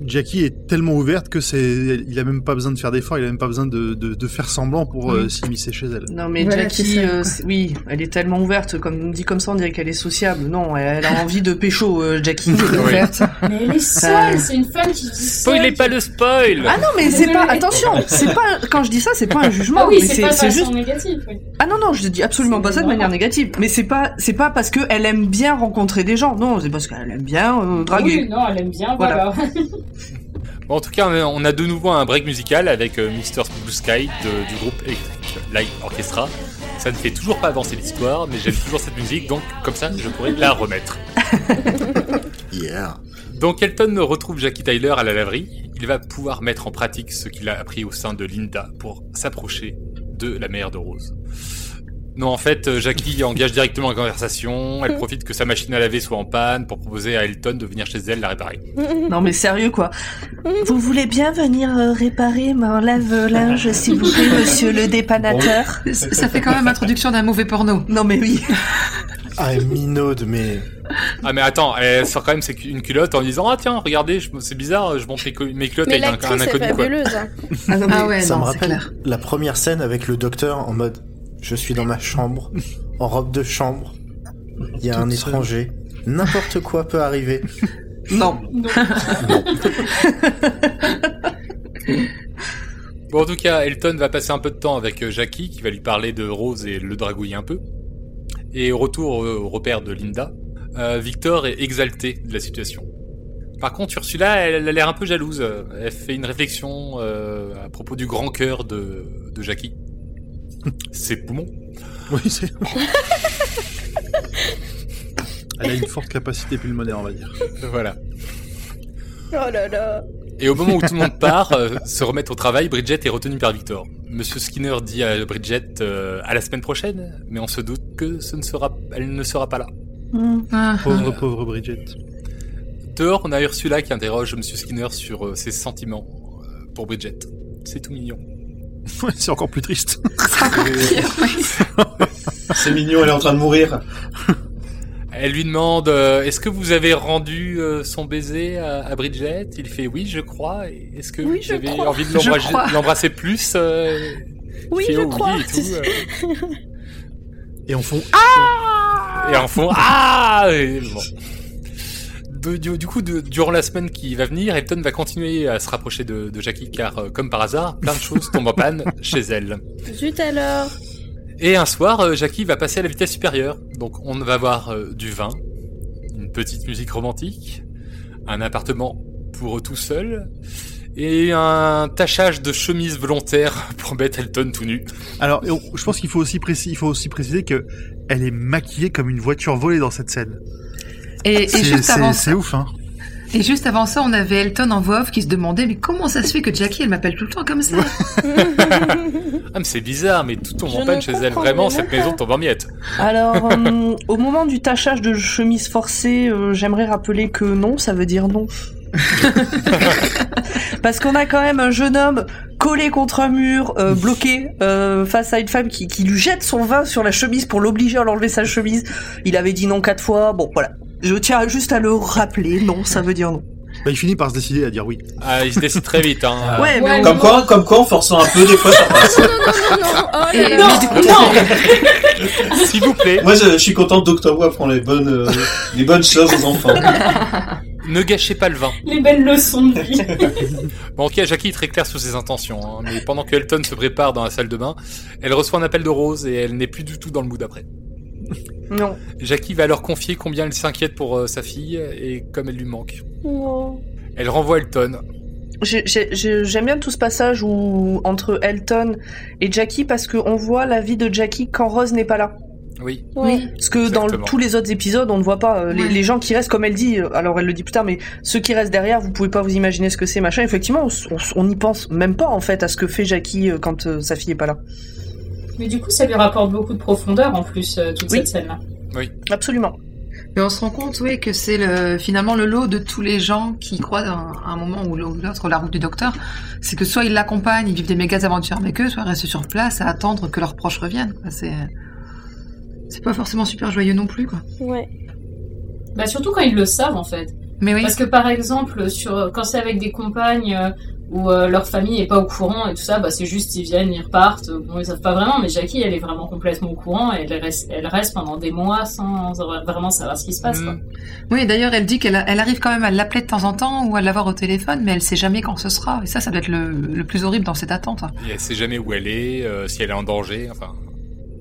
S5: Jackie est tellement ouverte que c'est, il a même pas besoin de faire d'efforts, il a même pas besoin de, de, de faire semblant pour
S6: Mm.
S5: euh, s'immiscer chez elle.
S10: Non mais
S7: Voilà, c'est
S10: Jackie,
S7: ça,
S10: euh,
S7: quoi.
S10: c'est- oui, elle est tellement ouverte, comme on dit comme ça, on dirait qu'elle est sociable. Non, elle a envie de pécho, euh, Jackie.
S7: Ouverte.
S2: Mais elle est
S10: Ah.
S2: seule, c'est une femme qui vit seule.
S6: Spoilez pas le spoil
S10: Ah non mais c'est pas,
S2: Désolée.
S10: attention, c'est pas, quand je dis ça, c'est pas un jugement,
S2: Ah oui,
S10: mais
S2: c'est pas
S10: c'est c'est
S2: façon
S10: juste.
S2: négative. oui.
S10: Ah non non, je dis absolument
S2: C'est
S10: pas ça de
S2: normal.
S10: manière négative, mais c'est pas, c'est pas parce que elle aime bien rencontrer des gens. Non, c'est parce qu'elle aime bien euh, draguer.
S2: Oui, non, elle aime bien,
S10: Voilà.
S2: voilà.
S6: Bon, en tout cas, on a- on a de nouveau un break musical avec euh, Mr. Blue Sky de- du groupe Electric Light Orchestra. Ça ne fait toujours pas avancer l'histoire, mais j'aime toujours cette musique, donc comme ça, je pourrais la remettre.
S8: Yeah.
S6: Donc Elton retrouve Jackie Tyler à la laverie. Il va pouvoir mettre en pratique ce qu'il a appris au sein de Linda pour s'approcher de la mère de Rose. Non, en fait, euh, Jackie engage directement la conversation. Elle profite que sa machine à laver soit en panne pour proposer à Elton de venir chez elle la réparer.
S10: Non mais sérieux quoi. Vous voulez bien venir euh, réparer ma lave-linge s'il vous plaît, monsieur le dépanateur
S7: Ça ça fait quand même introduction d'un mauvais porno.
S10: Non mais oui.
S8: Ah, minaude, mais.
S6: Ah, mais attends, elle sort quand même ses cu- une culotte en disant Ah, tiens, regardez, je- c'est bizarre, je monte mes cou- mes culottes
S9: Mais
S6: avec un, un
S9: l'actrice est
S6: inconnu, quoi.
S9: fabuleuse. hein.
S10: Ah, non, mais-
S7: Ah ouais,
S8: ça
S7: non,
S8: me
S7: c'est
S8: rappelle
S7: clair.
S8: la première scène avec le docteur en mode je suis dans ma chambre, en robe de chambre, il y a un
S5: Toute
S8: étranger, n'importe quoi peut arriver.
S10: Non.
S6: Bon, en tout cas, Elton va passer un peu de temps avec euh, Jackie, qui va lui parler de Rose et le dragouiller un peu. Et au retour euh, au repère de Linda, euh, Victor est exalté de la situation. Par contre, Ursula, elle, a l'air un peu jalouse. Elle fait une réflexion euh, à propos du grand cœur de, de Jackie. Ses poumons.
S5: Oui c'est. elle a une forte capacité pulmonaire on va dire.
S6: Voilà.
S9: Oh là là.
S6: Et au moment où tout le monde part, euh, se remettre au travail, Bridget est retenue par Victor. Monsieur Skinner dit à Bridget euh, à la semaine prochaine, mais on se doute que ce ne sera, elle ne sera pas là.
S10: Mm.
S7: Ah,
S5: Pauvre pauvre Bridget.
S6: Dehors, on a Ursula qui interroge Monsieur Skinner sur euh, ses sentiments euh, pour Bridget. C'est tout mignon.
S5: Ouais, c'est encore plus triste.
S3: C'est mignon, elle est en train de mourir.
S6: Elle lui demande euh, Est-ce que vous avez rendu euh, son baiser à, à Bridget Il fait Oui, je crois. Et Est-ce que
S9: Oui,
S6: vous
S9: je
S6: avez
S9: crois.
S6: envie de
S7: Je
S6: l'embrasser-
S7: crois.
S6: de l'embrasser plus euh,
S9: Oui,
S6: il fait,
S9: je
S6: Oh,
S9: crois.
S6: et, tout, euh,
S5: Et en fond
S6: et en fond Ah Et bon. De- du, du coup, de- durant la semaine qui va venir, Elton va continuer à se rapprocher de, de Jackie car, euh, comme par hasard, plein de choses tombent en panne chez elle.
S9: Zut alors.
S6: Et un soir, euh, Jackie va passer à la vitesse supérieure. Donc on va voir euh, du vin, une petite musique romantique, un appartement pour eux tout seuls, et un tachage de chemise volontaire pour mettre Elton tout nu.
S5: Alors, et on- je pense qu'il faut aussi préciser, il faut aussi préciser que elle est maquillée comme une voiture volée dans cette scène.
S7: Et, et
S5: C'est
S7: juste avant
S5: c'est-
S7: ça,
S5: c'est ouf, hein.
S7: et juste avant ça, on avait Elton en voix off qui se demandait mais comment ça se fait que Jackie elle m'appelle tout le temps comme ça
S6: Ah mais c'est bizarre, mais tout tombe
S9: Je
S6: en panne
S9: ne
S6: chez elle.
S9: comprends
S6: Vraiment,
S9: même
S6: cette
S9: pas.
S6: maison tombe en miettes.
S10: Alors, euh, au moment du tachage de chemise forcée, euh, j'aimerais rappeler que non, ça veut dire non. Parce qu'on a quand même un jeune homme collé contre un mur, euh, bloqué euh, face à une femme qui, qui lui jette son vin sur la chemise pour l'obliger à l'enlever sa chemise. Il avait dit non quatre fois. Bon, voilà. Je tiens juste à le rappeler. Non, ça veut dire non.
S5: Bah, il finit par se décider à dire oui.
S6: Ah, il se décide très vite. Hein.
S10: Ouais, mais
S2: Ouais,
S10: on-
S3: Comme quoi, comme quoi, en forçant un peu, des fois, ça passe.
S9: Non, non, oh
S7: Et-
S9: là
S7: Non,
S9: là.
S6: S'il vous plaît,
S3: Moi, je, je suis content que Doctor Who apprend les bonnes, euh, les bonnes choses aux enfants.
S6: Euh, ne gâchez pas le vin.
S2: Les belles leçons de vie.
S6: Bon, ok, Jackie est très claire sur ses intentions. hein, mais pendant que Elton se prépare dans la salle de bain, elle reçoit un appel de Rose et elle n'est plus du tout dans le mood après.
S10: non.
S6: Jackie va leur confier combien elle s'inquiète pour euh, sa fille et comme elle lui manque.
S9: Non.
S6: Elle renvoie Elton.
S10: j'ai- j'ai- j'ai- j'aime bien tout ce passage où entre Elton et Jackie parce qu'on voit la vie de Jackie quand Rose n'est pas là.
S6: Oui.
S9: Ouais.
S10: Parce que dans le-
S6: Exactement.
S10: tous les autres épisodes, on ne voit pas euh, les,
S7: Ouais.
S10: les gens qui restent, comme elle dit, euh, alors elle le dit plus tard, mais ceux qui restent derrière, vous pouvez pas vous imaginer ce que c'est, machin. Effectivement, on s- on s- on n'y pense même pas, en fait, à ce que fait Jackie euh, quand euh, sa fille est pas là.
S2: Mais du coup, ça lui rapporte beaucoup de profondeur en plus, euh, toute
S10: Oui.
S2: cette scène-là.
S10: Absolument.
S7: Mais on se rend compte, oui, que c'est le, finalement le lot de tous les gens qui croisent un, un moment ou l'autre la route du docteur. C'est que soit ils l'accompagnent, ils vivent des méga aventures avec eux, soit ils restent sur place à attendre que leurs proches reviennent. quoi. C'est, c'est pas forcément super joyeux non plus, quoi.
S9: Ouais.
S2: Bah, surtout quand ils le savent, en fait.
S7: Mais oui,
S2: Parce que par exemple, sur, quand c'est avec des compagnes euh, où euh, leur famille est pas au courant et tout ça, bah, c'est juste ils viennent, ils repartent. Bon, ils savent pas vraiment, mais Jackie, elle est vraiment complètement au courant et elle reste, elle reste pendant des mois sans vraiment savoir ce qui se
S10: Mm.
S2: passe. quoi.
S6: Hmm.
S7: oui. D'ailleurs, elle dit qu'elle a- elle arrive quand même à l'appeler de temps en temps ou à l'avoir au téléphone, mais elle sait jamais quand ce sera. Et ça, ça doit être le, le plus horrible dans cette attente. hein.
S6: Et elle sait jamais où elle est, euh, si elle est en danger. Enfin,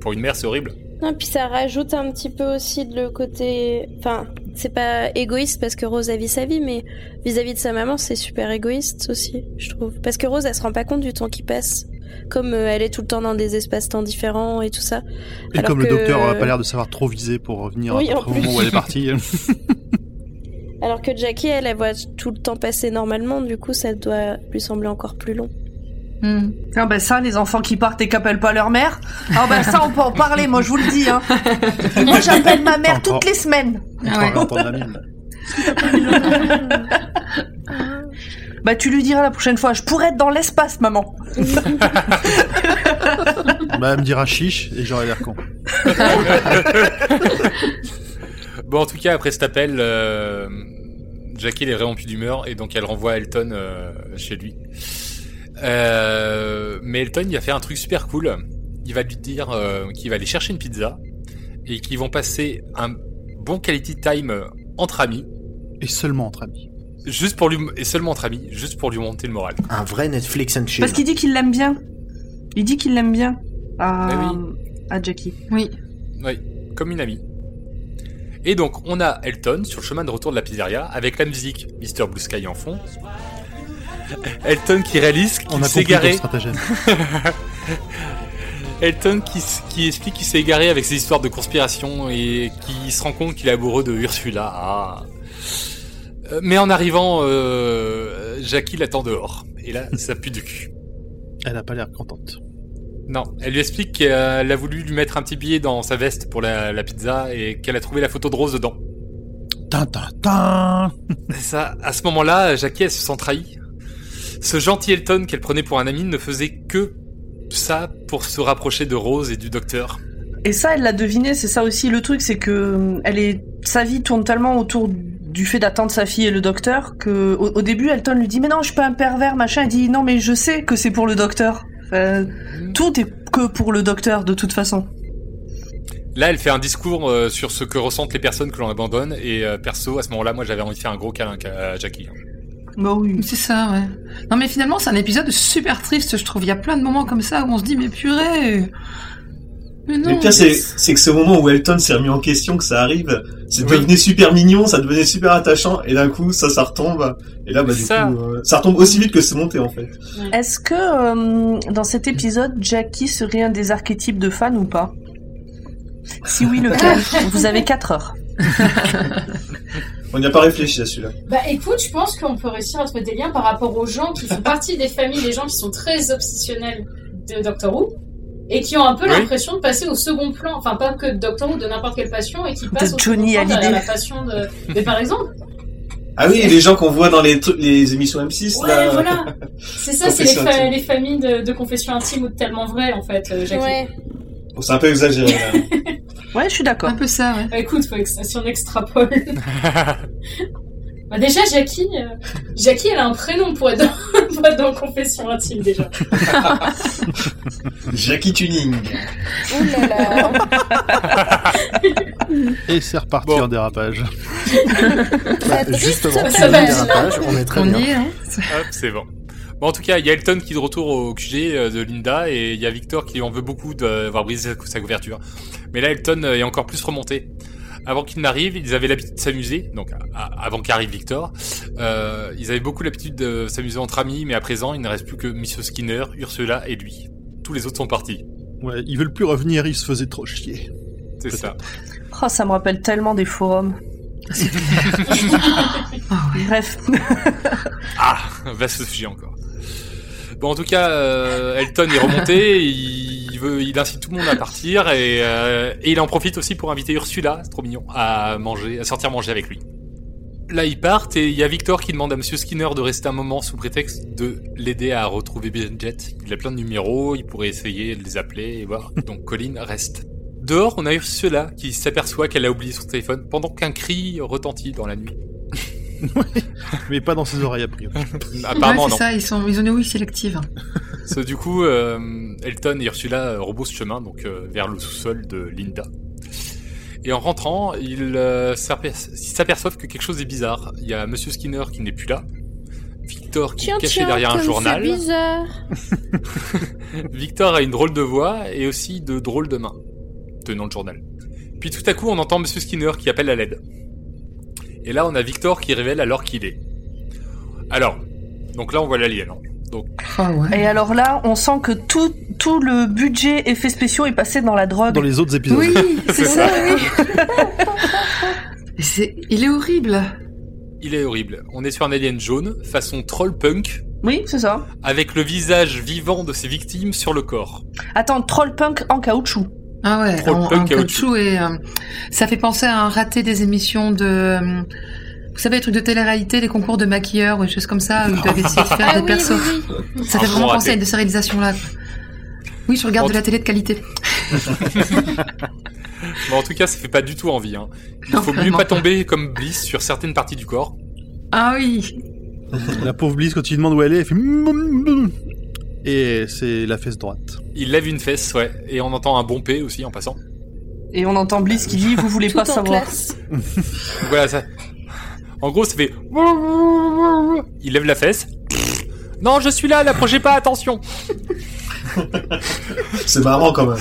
S6: pour une mère, c'est horrible.
S9: Non, puis ça rajoute un petit peu aussi de le côté. Enfin, c'est pas égoïste parce que Rose a vu sa vie, mais vis-à-vis de sa maman, c'est super égoïste aussi, je trouve. Parce que Rose, elle se rend pas compte du temps qui passe. Comme euh, elle est tout le temps dans des espaces-temps différents et tout ça.
S5: Et
S9: Alors
S5: comme
S9: que-
S5: le docteur a pas l'air de savoir trop viser pour revenir
S9: Oui,
S5: à
S9: en
S5: peu près au moment
S9: plus.
S5: où elle est partie.
S9: Alors que Jackie, elle, elle voit tout le temps passer normalement, du coup, ça doit lui sembler encore plus long.
S7: Hmm.
S10: Ah bah ça, les enfants qui partent et qu'appellent pas leur mère, ah bah ça, on peut en parler, moi je vous le dis. Hein. Moi j'appelle ma mère toutes les semaines.
S7: Ah ouais.
S5: On va entendre la mine.
S10: Bah tu lui diras la prochaine fois, je pourrais être dans l'espace, maman.
S5: Bah, elle me dira chiche et j'aurai l'air con.
S6: Bon, en tout cas, après cet appel, euh, Jackie elle est vraiment plus d'humeur et donc elle renvoie Elton euh, chez lui. Euh, mais Elton, il va faire un truc super cool. Il va lui dire euh, qu'il va aller chercher une pizza et qu'ils vont passer un bon quality time euh, entre amis,
S5: Et seulement entre amis.
S6: juste pour lui et seulement entre amis, juste pour lui monter le moral.
S8: Un vrai Netflix and chill.
S10: Parce qu'il dit qu'il l'aime bien. Il dit qu'il l'aime bien à,
S6: Bah
S10: à Jackie.
S7: Oui.
S6: Oui, comme une amie. Et donc, on a Elton sur le chemin de retour de la pizzeria avec la musique Mr Blue Sky en fond. Elton qui réalise
S5: On
S6: qu'il
S5: a
S6: s'est
S5: compris ton
S6: garé.
S5: stratagème.
S6: Elton qui, s- qui explique qu'il s'est égaré avec ses histoires de conspiration et qui se rend compte qu'il est amoureux de Ursula. Ah. Euh, Mais en arrivant, euh, Jackie l'attend dehors. Et là, ça pue du cul.
S5: Elle a pas l'air contente.
S6: Non, elle lui explique qu'elle a voulu lui mettre un petit billet dans sa veste pour la, la pizza et qu'elle a trouvé la photo de Rose dedans.
S5: Tin, tin, tin.
S6: Ça, à ce moment-là, Jackie, elle se sent trahie. Ce gentil Elton qu'elle prenait pour un ami ne faisait que ça pour se rapprocher de Rose et du docteur.
S10: Et ça, elle l'a deviné, c'est ça aussi le truc, c'est que euh, elle est, sa vie tourne tellement autour du fait d'attendre sa fille et le docteur que au, au début, Elton lui dit mais non, je suis pas un pervers, machin. Elle dit non, mais je sais que c'est pour le docteur. Enfin, tout est que pour le docteur de toute façon.
S6: Là, elle fait un discours euh, sur ce que ressentent les personnes que l'on abandonne et euh, perso, à ce moment-là, moi, j'avais envie de faire un gros câlin à Jackie.
S10: Bah oui.
S7: C'est ça, ouais. Non, mais finalement, c'est un épisode super triste, je trouve. Il y a plein de moments comme ça où on se dit, mais purée Mais non
S3: Mais le pire, c'est, c'est que ce moment où Elton s'est remis en question, que ça arrive, ça
S6: Oui.
S3: devenait super mignon, ça devenait super attachant, et d'un coup, ça, ça retombe. Et là, bah, du
S6: Ça.
S3: coup, euh, ça retombe aussi vite que c'est monté, en fait.
S10: Est-ce que euh, dans cet épisode, Jackie serait un des archétypes de fan ou pas Si oui, lequel Vous avez 4 heures.
S3: On n'y a pas réfléchi à celui-là.
S2: Bah écoute, je pense qu'on peut réussir à trouver des liens par rapport aux gens qui font partie des familles, des gens qui sont très obsessionnels de Doctor Who et qui ont un peu
S6: Oui.
S2: l'impression de passer au second plan, enfin pas que de Doctor Who, de n'importe quelle passion et qui passent au
S10: Johnny
S2: second plan derrière
S10: Hallyday.
S2: la passion de... Mais par exemple,
S3: Ah oui, les gens qu'on voit dans les, trucs- les émissions M6,
S2: ouais
S3: là.
S2: voilà, c'est ça, c'est les,
S3: Confession
S2: fa-
S3: intime.
S2: les familles de, de confession intime ou de tellement vrai en fait, euh, Jackie.
S9: Ouais.
S3: Bon, Oh, c'est un peu exagéré, là.
S10: Ouais, je suis d'accord.
S7: un peu ça, ouais.
S2: Bah écoute, faut ex- si on extrapole. bah déjà, Jackie, euh, Jackie, elle a un prénom pour être dans, pour être dans confession intime déjà.
S3: Jackie Tuning.
S9: Ouh là là.
S5: Et c'est reparti
S6: Bon.
S5: en dérapage.
S8: Bah, justement,
S2: ça
S8: tu veux
S2: va.
S8: dire un page, on est très
S7: on
S8: bien.
S7: y est, hein.
S6: Hop, c'est bon. Bon, en tout cas, il y a Elton qui est de retour au QG euh, de Linda et il y a euh, Victor qui en veut beaucoup d'avoir brisé sa- sa couverture. Mais là, Elton est encore plus remonté. avant qu'il n'arrive, ils avaient l'habitude de s'amuser. Donc, à- à- avant qu'arrive Victor, euh, ils avaient beaucoup l'habitude de s'amuser entre amis, mais à présent, il ne reste plus que Monsieur Skinner, Ursula et lui. Tous les autres sont partis.
S5: Ouais, ils veulent plus revenir, ils se faisaient trop chier.
S6: C'est ça.
S10: Oh, ça me rappelle tellement des forums. Bref.
S6: Ah, va se sujet encore. Bon, en tout cas, euh, Elton est remonté. il veut, il incite tout le monde à partir et, euh, et il en profite aussi pour inviter Ursula, c'est trop mignon, à manger, à sortir manger avec lui. Là, ils partent et il y a Victor qui demande à Monsieur Skinner de rester un moment sous prétexte de l'aider à retrouver Bridget. Il a plein de numéros, il pourrait essayer de les appeler et voir. Donc Colin reste. Dehors, on a Ursula qui s'aperçoit qu'elle a oublié son téléphone pendant qu'un cri retentit dans la nuit.
S5: Mais pas dans ses oreilles, a priori.
S6: Apparemment, Ah, non.
S7: ouais, c'est ça, ils, sont, ils ont une ouïe sélective.
S6: So, du coup, euh, Elton et Ursula euh, rebroussent chemin donc euh, vers le sous-sol de Linda. Et en rentrant, ils euh, s'aperç- ils s'aperçoivent que quelque chose est bizarre. Il y a Monsieur Skinner qui n'est plus là. Victor qui
S9: Tiens,
S6: est caché
S9: tiens,
S6: derrière un
S9: comme
S6: journal.
S9: C'est bizarre.
S6: Victor a une drôle de voix et aussi de drôles de mains, tenant le journal. Puis tout à coup, on entend Monsieur Skinner qui appelle à l'aide. Et là, on a Victor qui révèle alors qu'il est. Alors, donc là, on voit l'alien. hein.
S7: Ah ouais.
S10: Et alors là, on sent que tout, tout le budget effets spéciaux est passé dans la drogue.
S5: Dans les autres épisodes.
S7: Oui, c'est ça, oui. Mais c'est- Il est horrible.
S6: Il est horrible. On est sur un alien jaune, façon troll punk,
S10: Oui, c'est ça.
S6: avec le visage vivant de ses victimes sur le corps.
S10: Attends, troll punk en caoutchouc.
S7: Ah ouais,
S6: Troll
S7: en, en
S6: punk
S7: caoutchouc et euh, ça fait penser à un raté des émissions de. euh, vous savez, les trucs de télé-réalité, les concours de maquilleurs ou des choses comme ça, où ils doivent essayer de faire
S9: Ah
S7: des
S9: oui,
S7: persos.
S9: oui, oui.
S7: Ça fait
S6: Un bon
S7: vraiment
S6: raté.
S7: penser à une de ces réalisations-là. Oui, je regarde
S6: En
S7: de la télé de qualité.
S6: Mais en tout cas, ça fait pas du tout envie. Hein. Il
S7: Non,
S6: faut mieux
S7: vraiment
S6: pas
S7: pas.
S6: tomber comme Bliss sur certaines parties du corps.
S7: Ah oui,
S5: La pauvre Bliss, quand il demande où elle est, elle fait. moum, moum. Et c'est la fesse droite.
S6: Il lève une fesse, ouais, et on entend un bon P aussi en passant.
S10: Et on entend Bliss qui dit Vous voulez
S9: Tout
S10: pas
S9: en
S10: savoir.
S9: classe.
S6: Donc voilà, ça. En gros, ça fait. Il lève la fesse. Non, je suis là, n'approchez pas, attention.
S3: C'est marrant quand même.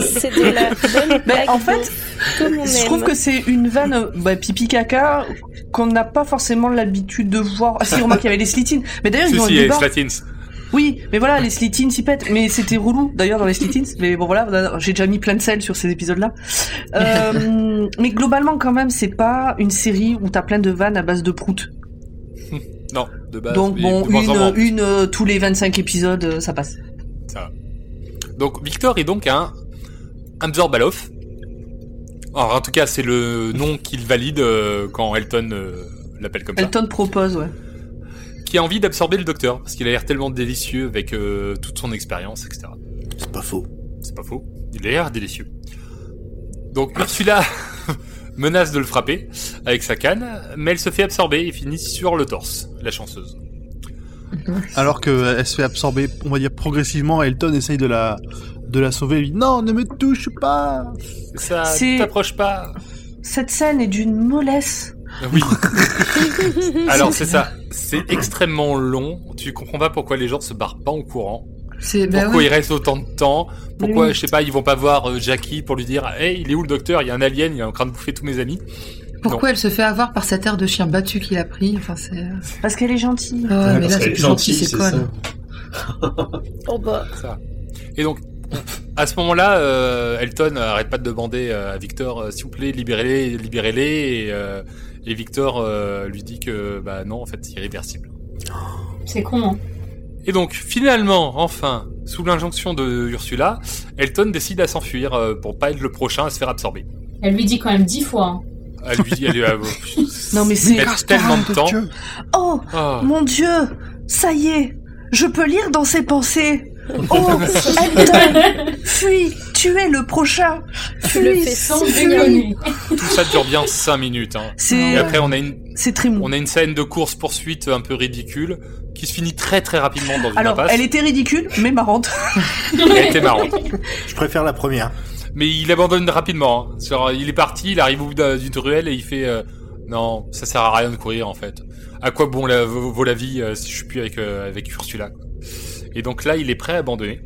S9: C'est de la bonne
S10: Mais
S9: blague
S10: en fait,
S9: de- comme on
S10: Je trouve
S9: aime.
S10: que c'est une vanne euh, bah, pipi caca qu'on n'a pas forcément l'habitude de voir. Ah si, remarque, il y avait les slitines. Mais d'ailleurs, ils ont
S6: Ceci
S10: eu des
S6: est
S10: barres.
S6: Slatins.
S10: Oui, mais voilà, les slitines, ils pètent. Mais c'était relou, d'ailleurs, dans les slitines. Mais bon, voilà, j'ai déjà mis plein de sel sur ces épisodes-là. Euh, mais globalement, quand même, c'est pas une série où t'as plein de vannes à base de prout.
S6: Non, de base.
S10: Donc
S6: mais
S10: bon,
S6: de moins en moins.
S10: une, une euh, tous les 25 épisodes, euh, ça passe.
S6: Donc Victor est donc un Amzorbaloff. Alors en tout cas, c'est le nom qu'il valide euh, quand Elton euh, l'appelle comme ça.
S10: Elton propose, ouais.
S6: Qui a envie d'absorber le docteur parce qu'il a l'air tellement délicieux avec euh, toute son expérience, etc.
S8: C'est pas faux.
S6: C'est pas faux. Il a l'air délicieux. Donc Ursula menace de le frapper avec sa canne, mais elle se fait absorber et finit sur le torse, la chanceuse.
S5: Alors qu'elle se fait absorber, on va dire progressivement, Elton essaye de la, de la sauver. Il dit Non, ne me touche pas
S6: Ça
S10: C'est-
S6: t'approche pas.
S10: Cette scène est d'une mollesse.
S6: Euh, Oui. Alors c'est ça. C'est extrêmement long. Tu comprends pas pourquoi les gens se barrent pas en courant.
S7: c'est bah
S6: Pourquoi
S7: oui.
S6: il reste autant de temps Pourquoi,
S10: Oui.
S6: je sais pas, ils vont pas voir euh, Jackie pour lui dire Hey, il est où le docteur Il y a un alien, il est en train de bouffer tous mes amis.
S7: Pourquoi elle se fait avoir par cette aire de chien battu qu'il a pris Enfin, c'est. euh,
S10: Parce qu'elle est gentille.
S7: Ah,
S3: Ouais,
S7: mais
S3: parce
S7: là,
S3: qu'elle
S7: c'est
S3: est
S7: plus gentil,
S3: gentille,
S7: c'est
S3: c'est
S7: con.
S3: ça.
S9: Oh bah,
S6: Ça. Et donc, à ce moment-là, euh, Elton arrête pas de demander euh, à Victor euh, S'il vous plaît, libérez-les, libérez-les. Et, euh, et Victor euh, lui dit que bah non, en fait, c'est irréversible.
S2: C'est con, hein.
S6: Et donc, finalement, enfin, sous l'injonction de Ursula, Elton décide à s'enfuir euh, pour pas être le prochain à se faire absorber.
S2: Elle lui dit quand même dix fois. hein.
S6: Elle lui dit, elle lui a-
S10: Non, mais c'est-
S6: elle passe tellement de temps.
S10: Oh,
S6: Ah.
S10: Mon Dieu, ça y est, je peux lire dans ses pensées. Oh, Elton, fuis, tu es le prochain.
S9: Tu le
S10: Fuis,
S9: fais sans
S10: fuis.
S9: déconner.
S6: Tout ça dure bien 5 minutes. Hein. Et
S10: C'est
S6: après, on a une,
S10: c'est très mou.
S6: on a une scène de course-poursuite un peu ridicule qui se finit très très rapidement dans une
S10: Alors,
S6: impasse.
S10: elle était ridicule, mais marrante.
S6: Elle était marrante.
S8: Je préfère la première.
S6: Mais il abandonne rapidement. hein. Genre, il est parti, il arrive au bout d'un- d'une ruelle et il fait euh, Non, ça sert à rien de courir en fait. À quoi bon la, vaut, vaut la vie euh, si je suis plus avec, euh, avec Ursula quoi. Et donc là, il est prêt à abandonner.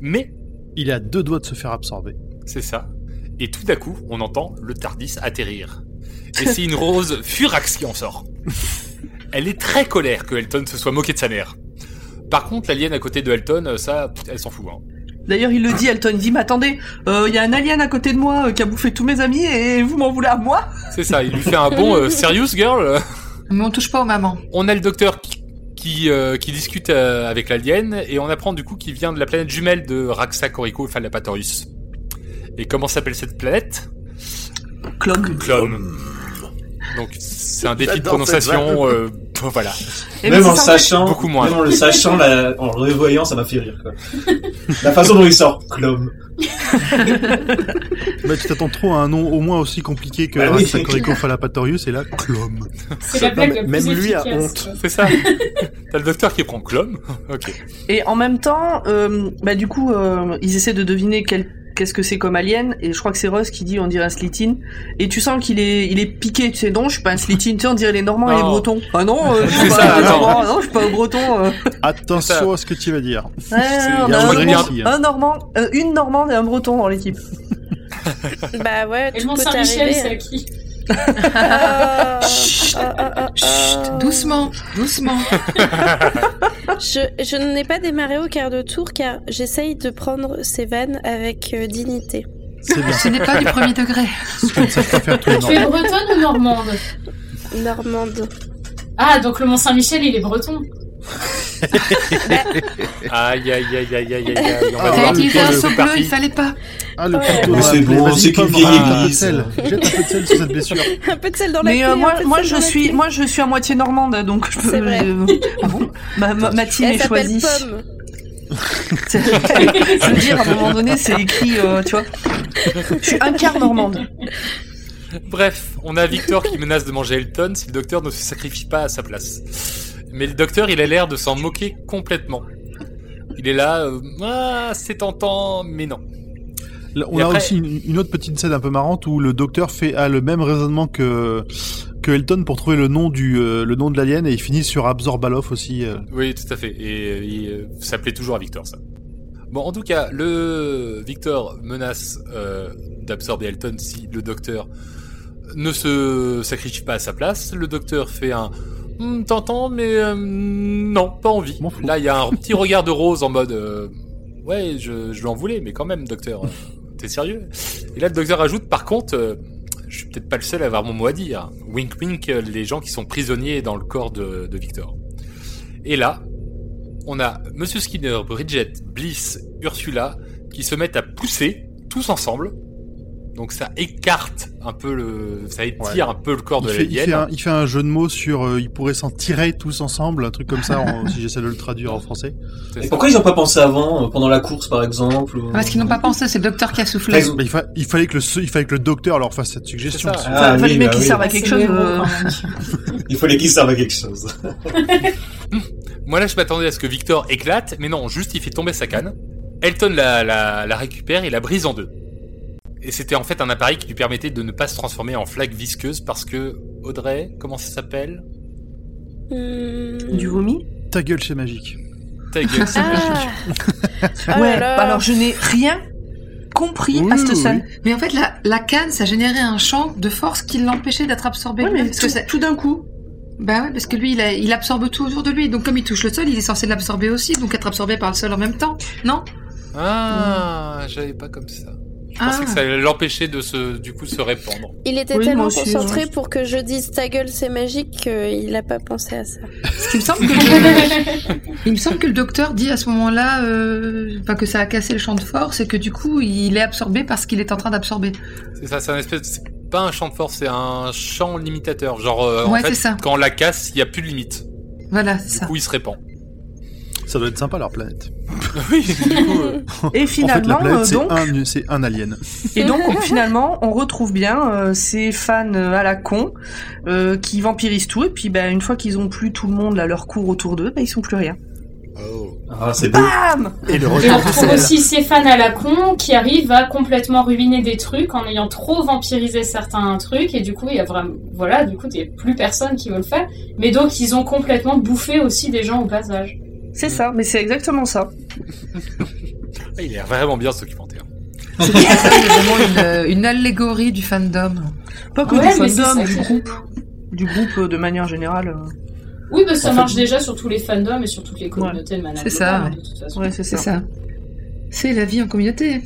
S6: Mais,
S5: Il a deux doigts de se faire absorber.
S6: c'est ça. Et tout d'un coup, on entend le Tardis atterrir. Et c'est une rose furax qui en sort. Elle est très colère que Elton se soit moqué de sa mère. Par contre, l'alien à côté de Elton, euh, ça, elle s'en fout. hein.
S10: D'ailleurs, il le dit, Elton il dit, mais attendez, euh, il y a un alien à côté de moi euh, qui a bouffé tous mes amis et vous m'en voulez à moi
S6: C'est ça, il lui fait un bon euh, serious girl.
S7: Mais on touche pas aux mamans.
S6: On a le docteur qui, qui, euh, qui discute euh, avec l'alien et on apprend du coup qu'il vient de la planète jumelle de Raxa Corico Fallapatorius. Et comment s'appelle cette planète
S10: Clone.
S6: Clone. Donc c'est un défi de
S8: J'adore cette
S6: prononciation. euh, bon, voilà.
S10: Et
S3: Même
S10: mais
S3: en
S10: c'est sympa.
S3: sachant,
S6: beaucoup moins.
S3: même en le sachant, la- en le revoyant, ça m'a fait rire. Quoi. la façon dont il sort, Clom.
S5: Mais Bah, tu t'attends trop à un nom au moins aussi compliqué que
S3: Bah oui.
S5: Rassacorico Fallapatorius et là, Clom.
S2: C'est la
S8: Non,
S2: blague
S8: mais
S2: la plus
S8: même lui a
S2: efficace.
S6: C'est ça. T'as le docteur qui prend Clone. Ok.
S10: Et en même temps, euh, bah du coup, euh, ils essaient de deviner quel qu'est-ce que c'est comme alien et je crois que c'est Russ qui dit on dirait un slitin et tu sens qu'il est il est piqué tu sais non je suis pas un slitin tu sais on dirait les normands et les
S6: Non.
S10: bretons ah non euh, je suis
S6: C'est
S10: pas
S6: ça,
S10: un
S6: attends.
S10: normand non je suis pas un breton euh.
S5: Attention à ce que tu vas dire.
S10: Ouais, on
S5: il y a
S10: a Euh, un,
S5: un vrai
S10: normand,
S5: ici, hein.
S10: un normand euh, une normande et un breton dans l'équipe
S9: Bah ouais,
S2: Et le
S9: tout
S2: Mont
S9: peut
S2: Saint-Michel,
S9: arriver.
S2: c'est à qui
S9: Ah,
S7: Chut.
S9: ah, ah, ah, ah.
S7: Chut, doucement, doucement.
S9: Je, je n'ai pas démarré au quart de tour car j'essaye de prendre ces vannes avec euh, dignité.
S5: C'est bien.
S7: Ce n'est pas du premier degré.
S2: Tu es bretonne ou normande
S9: Normande.
S2: Ah, donc le Mont Saint-Michel, il est breton. Bah.
S6: Aïe aï aïe aïe aïe aïe aïe. On va
S5: Ah,
S6: devoir
S5: on
S7: T'avais
S5: dit
S6: couper
S7: utilisé un
S6: le
S7: saut bleu,
S6: parti.
S7: il fallait pas.
S5: Ah, le
S9: Ouais.
S5: couteau
S3: Mais
S5: de
S3: c'est
S5: la-
S3: bon,
S5: Vas-y,
S3: c'est qu'une
S5: Pomme,
S3: vieille
S5: jette un peu de
S3: église.
S5: sel. Jette un peu de sel sur cette blessure.
S9: Un peu de sel dans la
S10: mais euh,
S9: clé, un
S10: moi
S9: peu de
S10: moi
S9: sel
S10: je
S9: dans la
S10: suis
S9: clé.
S10: moi je suis à moitié normande donc je peux
S9: C'est vrai.
S10: euh, ah bon ma, ma, ma team
S9: Elle
S10: est
S9: s'appelle
S10: choisie
S9: Pomme.
S10: C'est- Je veux dire, à un moment donné, c'est écrit, euh, tu vois. Je suis un quart normande.
S6: Bref, on a Victor qui menace de manger Elton si le docteur ne se sacrifie pas à sa place. Mais le docteur, il a l'air de s'en moquer complètement. Il est là, euh, ah, c'est tentant, mais non.
S5: Là, on
S6: Et
S5: a
S6: après-
S5: aussi une, une autre petite scène un peu marrante où le docteur fait a le même raisonnement que que Elton pour trouver le nom du euh, le nom de l'alien et il finit sur Absorbaloff aussi. euh.
S6: Oui, tout à fait. Et euh, il, euh, ça plaît toujours à Victor, ça. Bon, en tout cas, le Victor menace euh, d'absorber Elton si le docteur ne se sacrifie pas à sa place. Le docteur fait un Hmm, tentant, mais euh, non, pas envie.
S5: M'en fous.
S6: Là, il y a un petit regard de Rose en mode euh, ouais, je, je lui en voulais, mais quand même, docteur, euh, t'es sérieux Et là, le docteur ajoute par contre. euh, je suis peut-être pas le seul à avoir mon mot à dire. Wink wink, euh, les gens qui sont prisonniers dans le corps de, de Victor. Et là, on a Monsieur Skinner, Bridget, Bliss, Ursula qui se mettent à pousser tous ensemble. Donc ça écarte un peu le, ça étire un peu le corps
S5: Il,
S6: de
S5: fait, il,
S6: l'alien.
S5: fait un, il fait un jeu de mots sur euh, ils pourraient s'en tirer tous ensemble, un truc comme ça en- si j'essaie de le traduire en français.
S6: C'est
S3: Et
S6: ça.
S3: pourquoi ils ont pas pensé avant, euh, pendant la course par exemple ou-
S7: ah, Parce qu'ils n'ont pas pensé, c'est le docteur qui a
S3: Ah,
S7: soufflé.
S3: ils ont-
S5: Mais Bah, il, fa- il fallait que le se- il fallait que le docteur leur fasse cette suggestion.
S6: C'est ça.
S3: Ah,
S10: Enfin, les
S3: oui,
S10: mecs
S3: bah
S10: qui
S3: oui.
S10: servent à quelque chose. euh,
S2: hein.
S3: Il fallait qu'ils servent à quelque chose.
S6: Moi là, je m'attendais à ce que Victor éclate, mais non, juste il fait tomber sa canne. Elton la, la, la récupère et la brise en deux. Et c'était en fait un appareil qui lui permettait de ne pas se transformer en flaque visqueuse parce que Audrey, comment ça s'appelle
S9: Hmm.
S10: Du vomi
S5: Ta gueule, c'est magique.
S6: Ta gueule, c'est magique.
S9: Ah. Ah
S10: Ouais,
S9: là
S7: bah
S9: là.
S10: alors je n'ai rien compris
S5: Oui,
S10: à cette
S5: oui,
S10: scène.
S7: Mais en fait, la, la canne, ça générait un champ de force qui l'empêchait d'être absorbé.
S10: Ouais, mais
S7: Parce que
S10: tout,
S7: ça-
S10: tout d'un coup.
S7: Bah ouais, parce que lui, il, a- il absorbe tout autour de lui. Donc comme il touche le sol, il est censé l'absorber aussi, donc être absorbé par le sol en même temps. Non
S6: Ah, j'avais pas comme ça. Je
S7: Ah.
S6: pensais que ça allait l'empêcher de se, du coup, se répandre.
S9: Il était
S10: Oui,
S9: tellement
S10: moi aussi,
S9: concentré
S10: ouais.
S9: pour que je dise ta gueule c'est magique qu'il a pas pensé à ça.
S7: Parce qu'il me semble que le, il me semble que le docteur dit à ce moment-là euh, enfin, que ça a cassé le champ de force et que du coup, il est absorbé parce qu'il est en train d'absorber.
S6: C'est ça, c'est un espèce, c'est pas un champ de force, c'est un champ limitateur. Genre, euh,
S7: Ouais,
S6: en fait,
S7: c'est ça.
S6: quand on la casse, il y a plus de limite.
S7: Voilà, c'est
S6: Du
S7: ça.
S6: coup, il se répand.
S5: Ça doit être sympa leur planète.
S6: oui, du coup, euh,
S10: Et
S5: en fait, la
S10: finalement,
S5: planète
S10: euh,
S5: c'est
S10: donc,
S5: un, c'est un alien.
S10: et donc on- finalement, on retrouve bien euh, ces fans euh, à la con euh, qui vampirisent tout. Et puis, ben, une fois qu'ils ont plus tout le monde à leur cours autour d'eux, ben, ils sont plus rien.
S3: Ah, c'est beau.
S10: Bam
S8: Et le
S2: Et on
S8: retour de
S2: retrouve
S8: sel.
S2: aussi ces fans à la con qui arrivent à complètement ruiner des trucs en ayant trop vampirisé certains trucs et du coup il y a vraiment voilà du coup il y a plus personne qui veut le faire mais donc ils ont complètement bouffé aussi des gens au passage.
S10: C'est ça, mais c'est exactement ça.
S6: Ah, il a l'air vraiment bien ce documentaire.
S7: Cette personne est vraiment une, une allégorie du fandom.
S10: Pas que
S2: Ouais,
S10: du
S2: mais c'est
S10: fandom,
S2: ça
S10: du
S2: qui est
S10: groupe. Du groupe euh, de manière générale. euh.
S2: Oui, bah, ça
S3: En fait-
S2: marche déjà sur tous les fandoms et sur toutes les communautés de manière
S7: C'est ça,
S2: globale,
S7: ouais.
S2: de toute façon.
S10: Ouais, c'est
S7: C'est
S10: ça.
S7: ça. C'est la vie en communauté.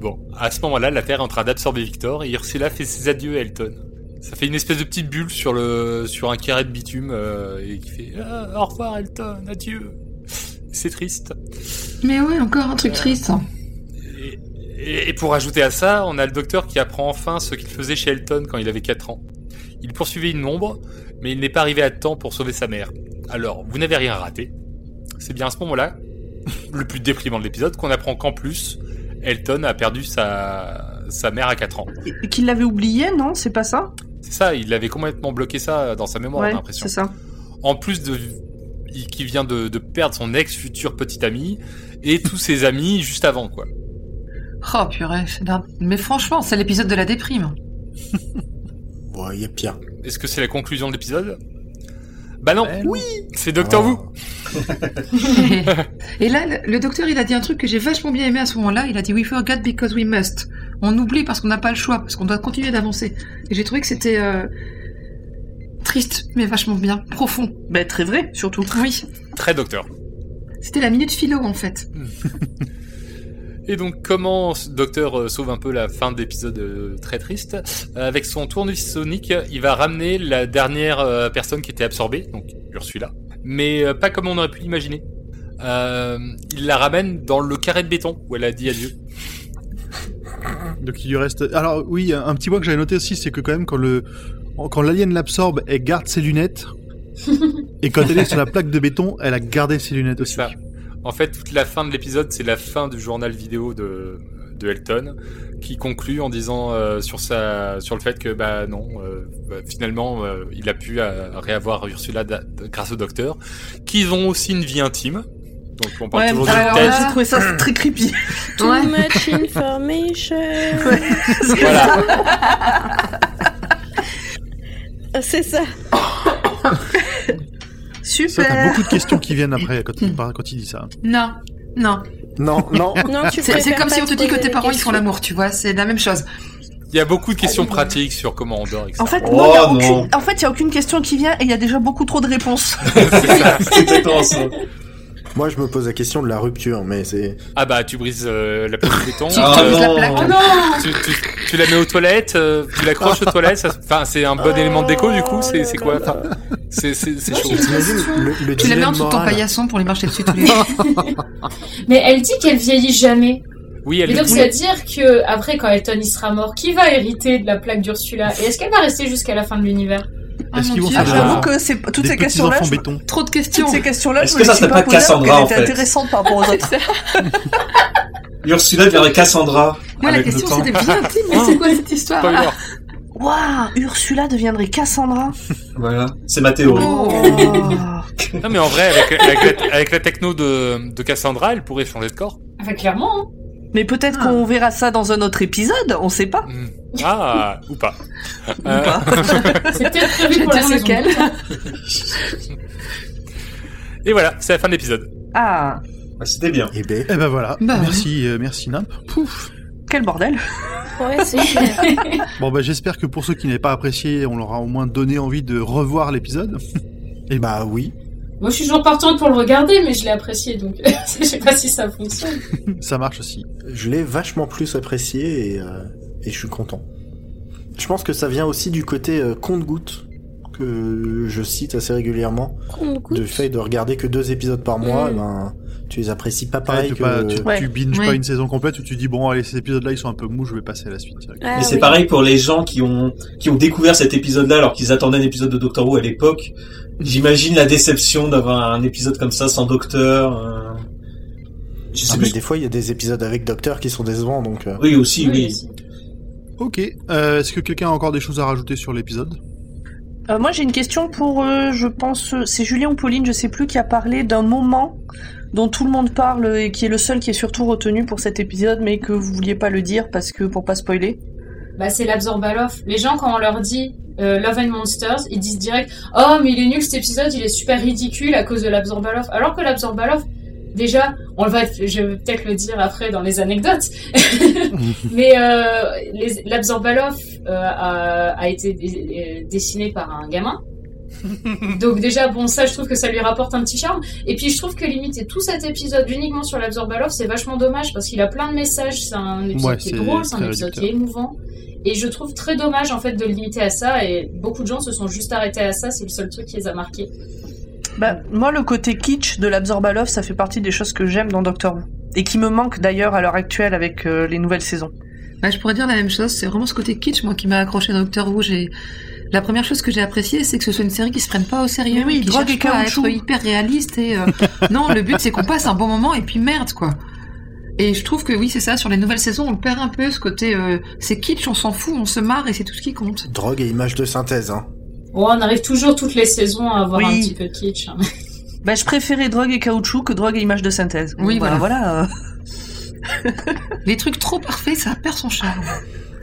S6: Bon, à ce moment-là, la Terre est en train d'absorber Victor et Ursula fait ses adieux à Elton. Ça fait une espèce de petite bulle sur le sur un carré de bitume euh, et qui fait Ah, au revoir Elton, adieu. C'est triste.
S7: Mais ouais, encore un truc triste. hein.
S6: Et, et- et pour ajouter à ça, on a le docteur qui apprend enfin ce qu'il faisait chez Elton quand il avait 4 ans. Il poursuivait une ombre, mais il n'est pas arrivé à temps pour sauver sa mère. Alors, vous n'avez rien raté. C'est bien à ce moment-là, le plus déprimant de l'épisode, qu'on apprend qu'en plus, Elton a perdu sa, sa mère à 4 ans.
S10: Et Qu'il l'avait oublié, non C'est pas ça
S6: C'est ça, il avait complètement bloqué ça dans sa mémoire, on a
S10: Ouais,
S6: l'impression.
S10: c'est ça.
S6: En plus de il- qui vient de, de perdre son ex-futur petit ami et tous ses amis juste avant, quoi.
S7: Oh purée, c'est d'un- mais franchement, c'est l'épisode de la déprime.
S8: Bon, il y a pire.
S6: Est-ce que c'est la conclusion de l'épisode Bah non,
S5: Ben
S6: oui, c'est Docteur
S8: Ah.
S6: Who.
S7: Et là, le- le docteur, il a dit un truc que j'ai vachement bien aimé à ce moment-là. Il a dit We forget because we must. On oublie parce qu'on n'a pas le choix, parce qu'on doit continuer d'avancer. Et j'ai trouvé que c'était euh, triste, mais vachement bien, profond.
S10: Ben, très vrai, surtout.
S7: Oui,
S6: Très docteur.
S7: c'était la minute philo en fait.
S6: Hmm. Et donc comment ce Docteur euh, sauve un peu la fin d'épisode euh, très triste Euh, Avec son tournevis sonique, il va ramener la dernière euh, personne qui était absorbée, donc Ursula, mais euh, pas comme on aurait pu l'imaginer. Euh, il la ramène dans le carré de béton où elle a dit adieu.
S5: Donc il lui reste. Alors oui, un un petit point que j'avais noté aussi, c'est que quand même quand le quand l'alien l'absorbe, elle garde ses lunettes. Et quand elle est sur la plaque de béton, elle a gardé ses lunettes aussi.
S6: Ça. En fait, toute la fin de l'épisode, c'est la fin du journal vidéo de, de Elton, qui conclut en disant euh, sur, sa, sur le fait que bah non, euh, bah, finalement, euh, il a pu euh, réavoir Ursula da- grâce au docteur, qu'ils ont aussi une vie intime. Donc on parle
S10: Ouais,
S6: toujours
S10: alors
S6: d'une
S10: là,
S6: thèse.
S10: j'ai trouvé ça très creepy.
S9: Too much information.
S6: Voilà.
S9: C'est ça.
S5: Ça,
S10: Super.
S5: t'as beaucoup de questions qui viennent après quand il, par- quand il dit ça.
S7: Non, non.
S8: Non, non.
S9: Non, tu
S7: C'est c'est
S9: préfères
S7: comme
S9: pas
S7: si on te dit que
S9: poser
S7: tes
S9: les
S7: parents ils font
S9: questions.
S7: l'amour, tu vois, c'est la même chose.
S6: Il y a beaucoup de questions pratiques sur comment on dort, etc.
S10: En fait,
S3: Oh,
S10: non, il y a
S3: non.
S10: aucune- en fait, il y a aucune question qui vient et il y a déjà beaucoup trop de réponses.
S3: Ah, C'est exactement ça.
S8: Moi, je me pose la question de la rupture, mais c'est.
S6: ah bah tu brises euh, la plaque de béton,
S7: Tu
S3: Ah
S7: tu
S6: euh,
S7: brises la
S3: non.
S7: plaque.
S6: tu, tu- tu la mets aux toilettes, euh, tu l'accroches aux toilettes. ça- Enfin, c'est un bon
S9: Oh
S6: élément de déco du coup. C'est
S9: là
S6: c'est
S9: là
S6: quoi Enfin, C'est c'est- c'est chaud.
S8: T'imagines le, le
S7: Tu la mets en
S8: dilemme
S7: dessous de ton
S8: moral
S7: paillasson pour les marcher dessus tous les jours.
S2: Mais elle dit qu'elle vieillit jamais.
S6: Oui, elle
S2: Mais
S6: le
S2: donc,
S6: dit.
S2: c'est-à-dire que après, quand Elton il sera mort, qui va hériter de la plaque d'Ursula Et est-ce qu'elle va rester jusqu'à la fin de l'univers
S7: Ah,
S5: Est-ce
S7: mon
S5: qu'ils vont
S7: Dieu.
S5: faire
S7: Ah,
S5: des
S10: J'avoue
S5: enfants-
S10: que c'est
S5: des
S10: toutes ces
S5: petits
S10: questions-là,
S5: enfants
S10: je-
S5: béton
S7: Trop de questions.
S10: toutes ces questions-là,
S3: Est-ce
S10: je
S3: que
S10: me
S3: ça,
S10: les suis oh,
S3: c'est pas
S10: pas posées
S3: Cassandra, en
S10: alors qu'elles étaient
S3: fait
S10: intéressantes par rapport aux autres.
S3: Ursula verrait Cassandra.
S7: Moi la
S3: avec le
S7: question
S3: temps.
S7: c'était bien intime, mais c'est quoi cette histoire
S6: Spoiler.
S10: Waouh, Ursula deviendrait Cassandra.
S3: Voilà. C'est ma théorie.
S10: Oh.
S6: Non mais en vrai, avec, avec la, avec la techno de, de Cassandra, elle pourrait changer de corps.
S2: Enfin, clairement, hein.
S10: Mais peut-être
S7: Ah.
S10: qu'on verra ça dans un autre épisode, on sait pas.
S6: Hmm. Ah, ou pas.
S10: Ou
S6: Euh,
S10: pas.
S2: c'est peut-être prévu pour la
S7: Dire
S2: saison.
S7: lequel
S6: Et voilà, c'est la fin de l'épisode.
S10: Ah,
S3: Ah, C'était bien.
S8: Eh ben,
S5: Eh ben voilà.
S7: Bah,
S5: merci, euh, merci Nimp. Pouf.
S10: quel bordel.
S9: Ouais, c'est clair.
S5: Bon bah j'espère que pour ceux qui n'avaient pas apprécié, on leur a au moins donné envie de revoir l'épisode.
S8: eh bah oui.
S2: Moi, je suis toujours partante pour le regarder, mais je l'ai apprécié, donc je sais pas si ça fonctionne.
S5: ça marche aussi.
S8: Je l'ai vachement plus apprécié et, euh, et je suis content. Je pense que ça vient aussi du côté euh, compte-goutte que je cite assez régulièrement.
S9: Compte-gouttes.
S8: Du fait de regarder que deux épisodes par mois,
S9: Mm.
S8: ben, tu les apprécies pas
S5: Ouais,
S8: pareil
S5: tu,
S8: que.
S5: pas- tu-
S10: Ouais.
S5: tu binges pas
S7: Ouais.
S5: une saison complète où tu dis bon allez ces épisodes là ils sont un peu mous, je vais passer à la suite. direct.
S9: Ah
S3: Mais c'est
S9: oui.
S3: pareil pour les gens qui ont qui ont découvert cet épisode-là alors qu'ils attendaient un épisode de Doctor Who à l'époque. J'imagine la déception d'avoir un épisode comme ça sans Docteur. euh, Je
S8: Ah,
S3: sais
S8: mais
S3: plus.
S8: des fois, il y a des épisodes avec Docteur qui sont décevants, donc. euh,
S3: Oui aussi, oui.
S2: aussi.
S5: Ok. Euh, Est-ce que quelqu'un a encore des choses à rajouter sur l'épisode
S10: Euh, moi, j'ai une question pour, euh, je pense, euh, c'est Julien ou Pauline, je sais plus, qui a parlé d'un moment dont tout le monde parle et qui est le seul qui est surtout retenu pour cet épisode, mais que vous vouliez pas le dire parce que pour pas spoiler.
S2: Bah, c'est l'Absorbaloff. Les gens, quand on leur dit euh, Love and Monsters, ils disent direct Oh, mais il est nul cet épisode, il est super ridicule à cause de l'Absorbaloff. Alors que l'Absorbaloff, déjà, on va, je vais peut-être le dire après dans les anecdotes, mais euh, les- l'Absorbalov euh, a, a été dé- euh, dessiné par un gamin. Donc déjà, bon, ça, je trouve que ça lui rapporte un petit charme. Et puis, je trouve que limiter tout cet épisode uniquement sur l'Absorbalov, c'est vachement dommage parce qu'il a plein de messages. C'est un épisode
S5: Ouais,
S2: qui est
S5: c'est
S2: drôle, c'est un
S5: très
S2: épisode qui est
S5: réducteur.
S2: émouvant. Et je trouve très dommage en fait de le limiter à ça. Et beaucoup de gens se sont juste arrêtés à ça. C'est le seul truc qui les a marqués.
S10: Bah, moi, le côté kitsch de l'Absorbalov, ça fait partie des choses que j'aime dans Doctor Who. Et qui me manque d'ailleurs à l'heure actuelle avec euh, les nouvelles saisons.
S7: Bah, je pourrais dire la même chose, c'est vraiment ce côté kitsch moi qui m'a accroché dans Doctor Who. J'ai- La première chose que j'ai appréciée, c'est que ce soit une série qui se prenne pas au sérieux,
S10: Mais oui,
S7: qui
S10: drogue
S7: cherche
S10: et
S7: pas à
S10: caoutchouc.
S7: être hyper réaliste et euh, non, le but c'est qu'on passe un bon moment et puis merde quoi. Et je trouve que oui, c'est ça, sur les nouvelles saisons, on perd un peu ce côté euh, c'est kitsch, on s'en fout, on se marre et c'est tout ce qui compte.
S8: Drogue et images de synthèse, hein.
S2: Bon, on arrive toujours toutes les saisons à avoir
S10: Oui.
S2: un petit peu de kitsch. hein.
S10: Bah, je préférais drogue et caoutchouc que drogue et images de synthèse.
S7: Oui,
S10: Bah,
S7: voilà.
S10: voilà. euh.
S7: Les trucs trop parfaits, ça perd son charme.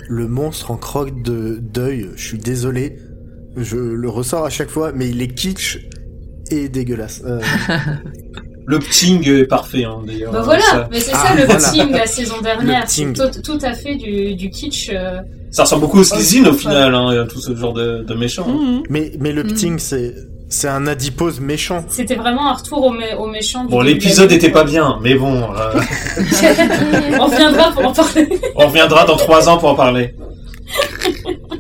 S8: Le monstre en croque de deuil, je suis désolé. Je le ressors à chaque fois, mais il est kitsch et dégueulasse. Euh,
S3: Le pting est parfait, hein, d'ailleurs.
S2: Bah
S3: hein,
S2: voilà,
S3: ça,
S2: mais c'est
S8: Ah,
S2: ça le
S8: voilà.
S2: team de la saison dernière.
S8: Le
S2: C'est
S8: team.
S2: tout, tout à fait du, du kitsch. euh,
S3: ça ressemble beaucoup aux Slezine, au
S2: Ouais.
S3: final, hein, tout ce genre de, de méchants. hein.
S10: Mhm.
S8: mais, mais le
S7: Mm.
S8: pting, c'est, c'est un adipose méchant.
S2: C'était vraiment un retour au, mé au méchant. du
S3: Bon,
S2: début de
S3: l'épisode
S2: l'année.
S3: était pas bien, mais bon, euh,
S2: on reviendra pour en parler.
S3: on reviendra dans trois ans pour en parler.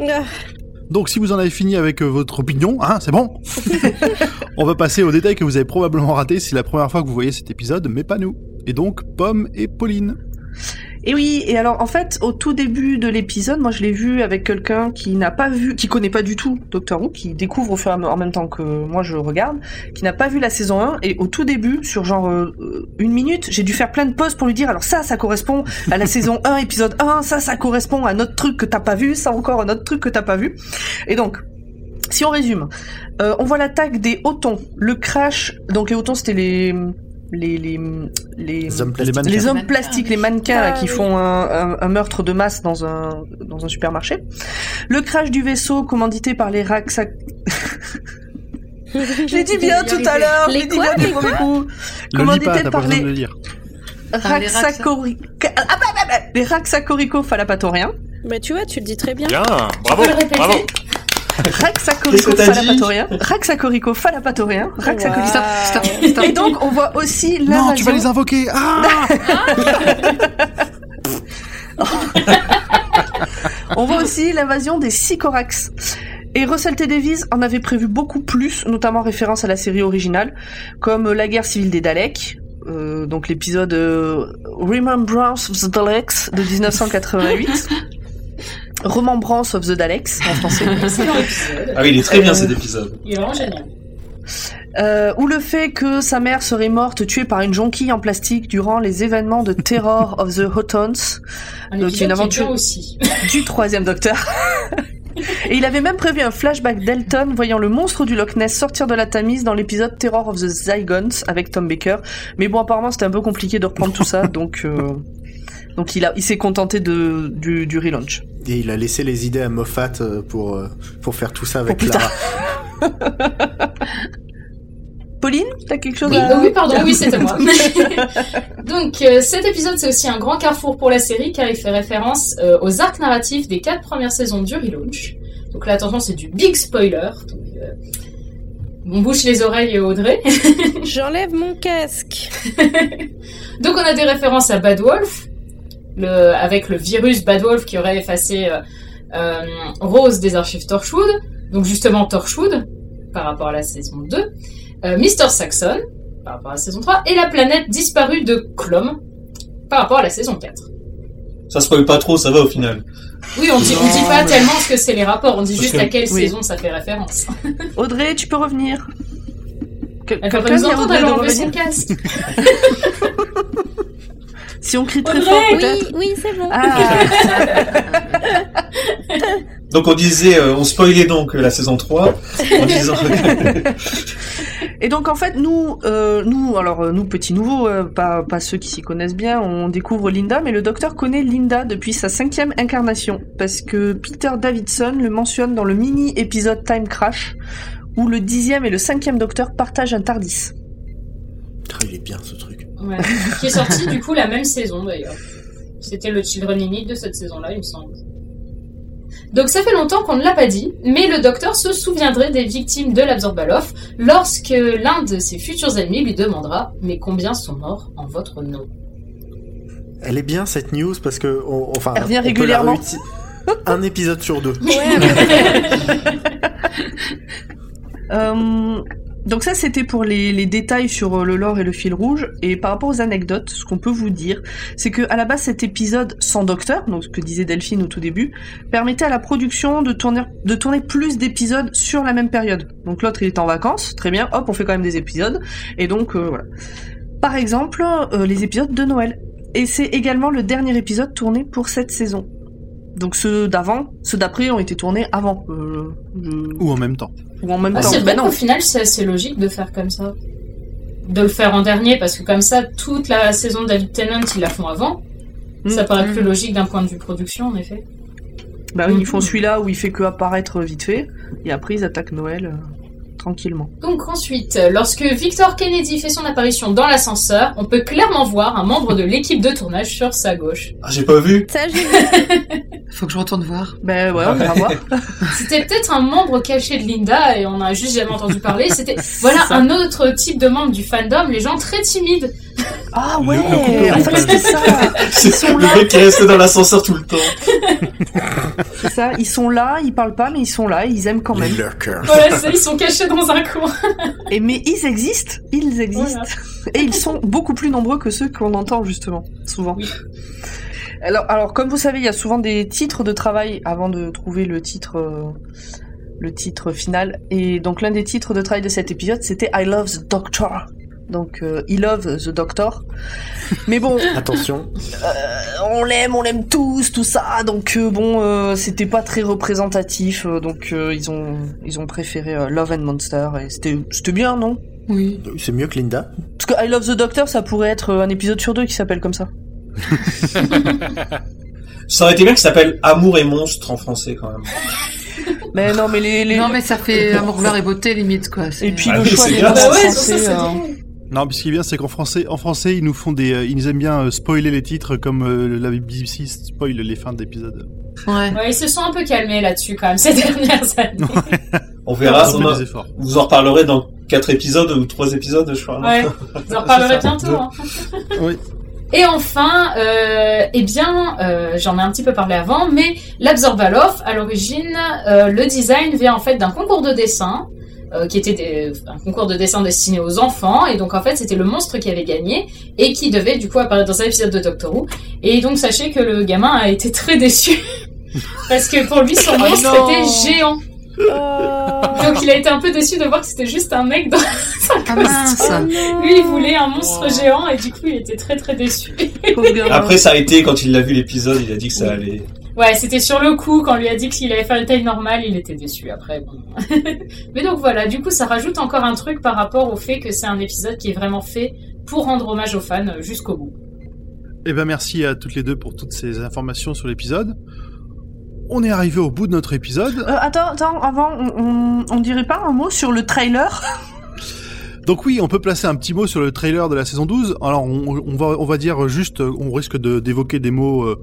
S9: Ah,
S5: Donc si vous en avez fini avec euh, votre opinion, hein, c'est bon On va passer aux détails que vous avez probablement ratés si la première fois que vous voyez cet épisode, mais pas nous. Et donc, Pomme et Pauline.
S10: Et oui, et alors en fait, au tout début de l'épisode, moi je l'ai vu avec quelqu'un qui n'a pas vu, qui connaît pas du tout Doctor Who, qui découvre au fur et à mesure, en même temps que moi je regarde, qui n'a pas vu la saison 1, et au tout début, sur genre euh, euh, une minute, j'ai dû faire plein de pauses pour lui dire alors ça, ça correspond à la saison 1, épisode 1, ça, ça correspond à un autre truc que t'as pas vu, ça encore un autre truc que t'as pas vu. Et donc, si on résume, euh, on voit l'attaque des Autons, le crash, donc les Autons c'était les... les... les... les...
S8: Les hommes
S5: Les
S8: plastiques.
S10: Les hommes
S7: mannequins.
S10: plastiques, les mannequins là,
S9: Ah,
S10: qui
S9: oui.
S10: font un, un- un meurtre de masse dans un, dans un supermarché. Le crash du vaisseau commandité par les Raxac... Je l'ai dit bien tout à l'heure, je
S9: Les
S10: l'ai dit
S9: quoi,
S10: bien du
S9: les
S10: premier coup.
S5: Le lis pas,
S10: Commandité
S5: t'as pas
S10: par
S5: besoin de
S10: les
S5: le lire.
S7: Par les Raxa-
S10: Raxacori... Ah, bah, bah, bah, les Raxacorico falapatoriens.
S9: Bah tu vois, tu le dis très bien.
S6: Bien, bravo,
S2: peux le répéter
S6: bravo.
S3: Qu'est-ce
S10: Raxacorico
S3: que t'as dit
S10: falapatoriens. Raxacorico falapatoriens. Raxacorico...
S7: Stop, stop,
S10: Stop.
S9: Euh,
S7: stop.
S10: Et donc, on voit aussi
S5: Non, Oh, tu vas
S10: l'invasion-
S5: les invoquer Ah
S10: On voit aussi l'invasion des Sycorax. Et Russell T. Davies en avait prévu beaucoup plus, notamment en référence à la série originale, comme euh, la guerre civile des Daleks, euh, donc l'épisode euh, Remembrance of the Daleks de 1988. Remembrance of the Daleks en français.
S2: Excellent épisode.
S3: Ah oui, il est très bien cet épisode.
S2: Il est vraiment génial.
S10: Euh, ou le fait que sa mère serait morte tuée par une jonquille en plastique durant les événements de Terror of the Hotons
S2: Un épisode
S10: Donc, une
S2: qui est
S10: aventure.
S2: bien aussi.
S10: du troisième docteur. Et il avait même prévu un flashback d'Elton voyant le monstre du Loch Ness sortir de la Tamise dans l'épisode Terror of the Zygons avec Tom Baker. Mais bon, apparemment, c'était un peu compliqué de reprendre tout ça, donc euh, donc il a il s'est contenté de du, du relaunch.
S8: Et il a laissé les idées à Moffat euh, pour, euh, pour faire tout ça avec
S10: plus
S8: Clara.
S10: Pauline, t'as quelque chose
S2: Oui,
S10: à
S2: euh, oui,
S9: Ah.
S2: pardon, oui, c'était moi. Donc, euh, cet épisode, c'est aussi un grand carrefour pour la série car il fait référence euh, aux arcs narratifs des quatre premières saisons du relaunch. Donc là, attention, c'est du big spoiler. Donc, euh, on bouche les oreilles, euh, Audrey.
S9: J'enlève mon casque.
S2: Donc on a des références à Bad Wolf, le, avec le virus Bad Wolf qui aurait effacé euh, euh, Rose des archives Torchwood, donc justement Torchwood par rapport à la saison 2, euh, Mr. Saxon par rapport à la saison 3, et la planète disparue de Clom par rapport à la saison 4.
S3: Ça se spoil pas trop, ça va au final.
S2: Oui, on dit, on dit pas tellement ce que c'est les rapports, on dit
S3: Parce
S2: juste
S3: que-
S2: à quelle
S10: oui.
S2: saison ça fait référence.
S10: Audrey, tu peux revenir. Que-
S2: Elle va pas
S10: quelqu'un
S2: nous
S10: dit à
S2: entendre,
S10: Audrey
S2: elle
S10: de
S2: a enlevé son
S10: revenir
S2: casque.
S10: Si on crie très
S2: Audrey
S10: fort,
S9: Oui,
S10: peut-être.
S9: oui, c'est bon.
S10: Ah,
S3: Donc on disait, euh, on spoilait donc euh, la saison 3 en disant...
S10: Et donc en fait nous, euh, nous alors euh, nous petits nouveaux, euh, pas, pas ceux qui s'y connaissent bien, on découvre Linda, mais le docteur connaît Linda depuis sa cinquième incarnation parce que Peter Davidson le mentionne dans le mini épisode Time Crash où le dixième et le cinquième docteur partagent un Tardis.
S8: Putain, il est bien ce truc.
S2: Ouais. qui est sorti du coup la même saison d'ailleurs. C'était le Children in Need de cette saison-là, il me semble. Donc ça fait longtemps qu'on ne l'a pas dit, mais le docteur se souviendrait des victimes de l'Absorbaloff lorsque l'un de ses futurs ennemis lui demandera Mais combien sont morts en votre nom
S8: Elle est bien cette news parce que. on- enfin,
S10: Elle revient
S8: on peut la
S10: régulièrement.
S8: réuti- Un épisode sur deux.
S10: Euh, donc ça, c'était pour les, les détails sur euh, le lore et le fil rouge. Et par rapport aux anecdotes, ce qu'on peut vous dire, c'est que à la base, cet épisode sans docteur, donc ce que disait Delphine au tout début, permettait à la production de tourner, de tourner plus d'épisodes sur la même période. Donc l'autre, il est en vacances, très bien. Hop, on fait quand même des épisodes. Et donc euh, voilà. Par exemple, euh, les épisodes de Noël. Et c'est également le dernier épisode tourné pour cette saison. Donc ceux d'avant, ceux d'après ont été tournés avant. euh, euh,
S5: Ou en même temps.
S10: ou en même
S2: Ah,
S10: temps.
S2: c'est
S10: Bah
S2: vrai
S10: non.
S2: qu'au final, c'est assez logique de faire comme ça. De le faire en dernier, parce que comme ça, toute la saison de David Tennant, ils la font avant. Ça
S10: Mm.
S2: paraît plus logique d'un point de vue production, en effet.
S10: Bah oui,
S2: Mhm.
S10: ils font celui-là où il fait que apparaître vite fait, et après ils attaquent Noël euh, tranquillement.
S2: Donc ensuite, lorsque Victor Kennedy fait son apparition dans l'ascenseur, on peut clairement voir un membre de l'équipe de tournage sur sa gauche.
S3: Ah, j'ai pas vu.
S9: Ça, j'ai vu.
S7: Faut que je retourne voir.
S10: Ben ouais, on ira voir.
S2: C'était peut-être un membre caché de Linda et on a juste jamais entendu parler. C'était voilà
S10: C'est ça.
S2: un autre type de membre du fandom, les gens très timides.
S10: Ah
S3: Le-
S10: ouais,
S3: le couple
S10: en fait
S3: rouge,
S10: c'est ça,
S3: C'est
S10: sont
S3: le
S10: là.
S3: mec qui est resté dans l'ascenseur tout le temps.
S10: c'est ça. Ils sont là, ils parlent pas, mais ils sont là, ils aiment quand
S8: Les
S10: même.
S8: lurkers.
S2: Voilà, ça, ils sont cachés dans un coin.
S10: Et mais ils existent, ils existent, et ils sont beaucoup plus nombreux que ceux qu'on entend justement, souvent.
S2: Oui.
S10: Alors, alors comme vous savez, il y a souvent des titres de travail avant de trouver le titre. euh, le titre final. Et donc l'un des titres de travail de cet épisode, c'était I Love the Doctor. Donc euh, I Love the Doctor. Mais bon,
S8: Attention,
S10: Euh, on l'aime, on l'aime tous, tout ça. Donc euh, bon, euh, c'était pas très représentatif. euh, donc euh, ils ont ils ont préféré euh, Love and Monster. Et c'était c'était bien, non
S7: Oui.
S8: c'est mieux que Linda.
S10: Parce que I Love the Doctor, ça pourrait être euh, un épisode sur deux qui s'appelle comme ça.
S3: Ça aurait été bien que ça s'appelle Amour et monstre en français quand même.
S10: Mais non, mais les, les...
S7: Non, mais ça fait amour, gloire et beauté, limite, quoi. C'est-
S10: et puis
S3: Ah
S10: le
S3: oui,
S10: choix
S3: c'est
S10: des
S3: bien.
S10: noms
S3: Bah
S10: en
S2: ouais,
S10: français,
S2: c'est
S10: euh,
S5: Non, mais ce qui est bien, c'est qu'en français, en français, ils nous font des, euh, ils aiment bien euh, spoiler les titres comme euh, la BBC spoil les fins d'épisodes.
S7: Ouais.
S2: Ouais, ils se sont un peu calmés là-dessus quand même ces dernières années.
S3: On verra,
S5: Ils
S3: on
S5: ont
S3: en-
S5: fait des efforts.
S3: vous en reparlerez dans quatre épisodes ou trois épisodes, je crois. non
S2: Ouais, vous en reparlerez
S5: C'est ça.
S2: bientôt. hein.
S5: Oui.
S2: Et enfin, euh, eh bien, euh, j'en ai un petit peu parlé avant, mais l'Absorbaloff, à l'origine, euh, le design vient en fait d'un concours de dessin, euh, qui était des- un concours de dessin destiné aux enfants, et donc en fait c'était le monstre qui avait gagné, et qui devait du coup apparaître dans un épisode de Doctor Who. Et donc sachez que le gamin a été très déçu, parce que pour lui
S5: Ah
S2: son monstre était géant.
S9: Oh,
S2: Donc il a été un peu déçu de voir que c'était juste un mec dans
S7: Ah mince.
S9: oh non.
S2: lui, il voulait un monstre géant et du coup, il était très très déçu.
S10: pauvre gamin.
S3: Après, ça a été, quand il l'a vu l'épisode, il a dit que ça allait.
S2: Ouais, c'était sur le coup quand on lui a dit qu'il allait faire une taille normale, il était déçu après. Bon. Mais donc voilà, du coup, ça rajoute encore un truc par rapport au fait que c'est un épisode qui est vraiment fait pour rendre hommage aux fans euh, jusqu'au bout.
S5: Eh ben merci à toutes les deux pour toutes ces informations sur l'épisode. On est arrivé au bout de notre épisode.
S10: Euh, attends, attends, avant, on, on, on dirait pas un mot sur le trailer
S5: Donc oui, on peut placer un petit mot sur le trailer de la saison 12. Alors on, on va on va dire juste, euh, on risque de- d'évoquer des mots euh,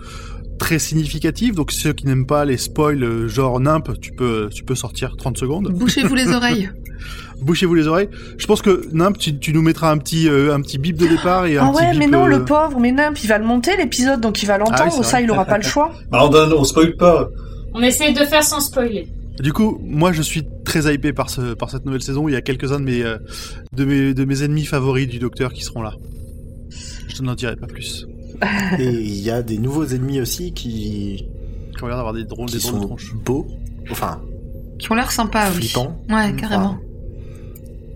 S5: très significatifs. Donc ceux qui n'aiment pas les spoils euh, genre nimp, tu peux tu peux sortir 30 secondes.
S7: Bouchez-vous les oreilles.
S5: Bouchez-vous les oreilles. Je pense que nimp, tu, tu nous mettras un petit euh, un petit bip de départ et un
S10: Ah
S5: petit
S10: ouais, mais
S5: bip,
S10: non,
S5: euh,
S10: le pauvre, mais Nimp, il va le monter l'épisode, donc il va l'entendre,
S5: Ah oui, c'est
S10: ça,
S5: vrai.
S10: il aura pas le choix.
S3: Bah, on, donne, on spoil pas.
S2: On essaye de faire sans spoiler.
S5: Du coup, moi je suis très hypé par, ce, par cette nouvelle saison. Il y a quelques-uns de mes, euh, de, mes, de mes ennemis favoris du docteur qui seront là. Je n'en dirai pas plus.
S8: Et il y a des nouveaux ennemis aussi qui,
S5: J'ai l'air d'avoir des drôles,
S8: qui
S5: des drôles de
S8: sont
S5: tronches.
S8: beaux. Enfin,
S7: Qui ont l'air sympas, oui.
S8: flippants.
S5: Mm,
S7: Ouais, carrément.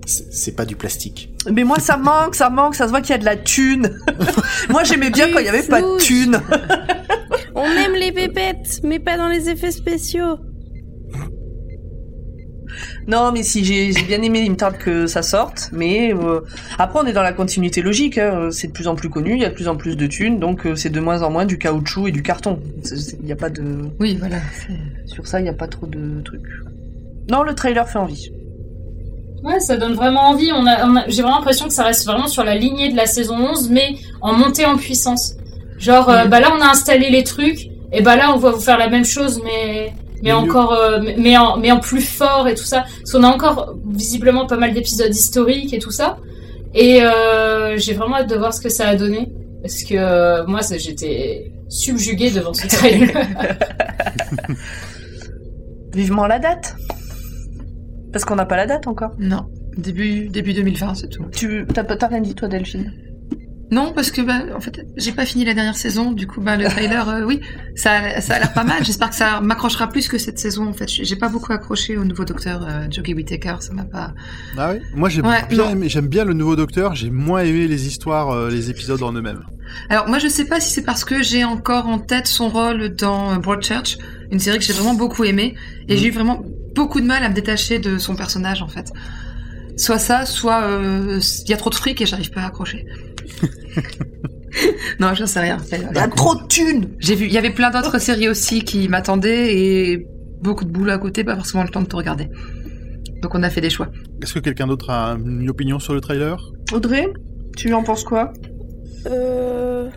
S8: C'est c'est pas du plastique.
S10: Mais moi, ça manque, ça manque, ça se voit qu'il y a de la thune. moi, j'aimais bien
S9: Du
S10: quand il y avait pas de
S9: flouche.
S10: thune.
S9: On aime les pépettes, mais pas dans les effets spéciaux.
S10: Non, mais si, j'ai j'ai bien aimé, il me tarde que ça sorte, mais euh, après, on est dans la continuité logique, hein, c'est de plus en plus connu, il y a de plus en plus de thunes, donc euh, c'est de moins en moins du caoutchouc et du carton. C'est- c'est- Il n'y a pas de...
S7: Oui, voilà. c'est-
S10: Sur ça, il n'y a pas trop de trucs. Non, le trailer fait envie.
S2: Ouais, ça donne vraiment envie. On a, on a- j'ai vraiment l'impression que ça reste vraiment sur la lignée de la saison 11, mais en montée en puissance. Genre, euh, bah là, on a installé les trucs, et bah là, on va vous faire la même chose, mais, mais
S3: mieux.
S2: encore, euh, mais- mais en, mais en plus fort et tout ça. Parce qu'on a encore visiblement pas mal d'épisodes historiques et tout ça. Et euh, j'ai vraiment hâte de voir ce que ça a donné. Parce que euh, moi, ça- j'étais subjuguée devant ce trailer.
S10: Vivement la date. Parce qu'on n'a pas la date encore.
S7: Non, début, début 2020, c'est tout.
S10: Tu t'as pas- t'as rien dit toi Delphine.
S7: Non, parce que bah, en fait, j'ai pas fini la dernière saison, du coup, bah, le trailer, euh, oui, ça, a- ça a l'air pas mal. J'espère que ça m'accrochera plus que cette saison. En fait, J'ai- j'ai pas beaucoup accroché au nouveau docteur euh, Jogi Whittaker, ça m'a pas.
S5: Ah oui Moi, j'aime
S7: Ouais,
S5: bien,
S7: non.
S5: aimé- j'aime bien le nouveau Docteur. J'ai moins aimé les histoires, euh, les épisodes en eux-mêmes.
S7: Alors moi, je sais pas si c'est parce que j'ai encore en tête son rôle dans euh, Broadchurch, une série que j'ai vraiment beaucoup aimée, et
S10: Mm.
S7: j'ai eu vraiment beaucoup de mal à me détacher de son personnage, en fait. Soit ça, soit euh, il y a trop de fric et j'arrive pas à accrocher. non, j'en sais rien. C'est-
S10: Il y a trop de thunes.
S7: J'ai vu, il y avait plein d'autres séries aussi qui m'attendaient et beaucoup de boulot à côté, pas forcément le temps de tout regarder. Donc on a fait des choix.
S5: Est-ce que quelqu'un d'autre a une opinion sur le trailer
S10: Audrey, tu en penses quoi
S9: Euh,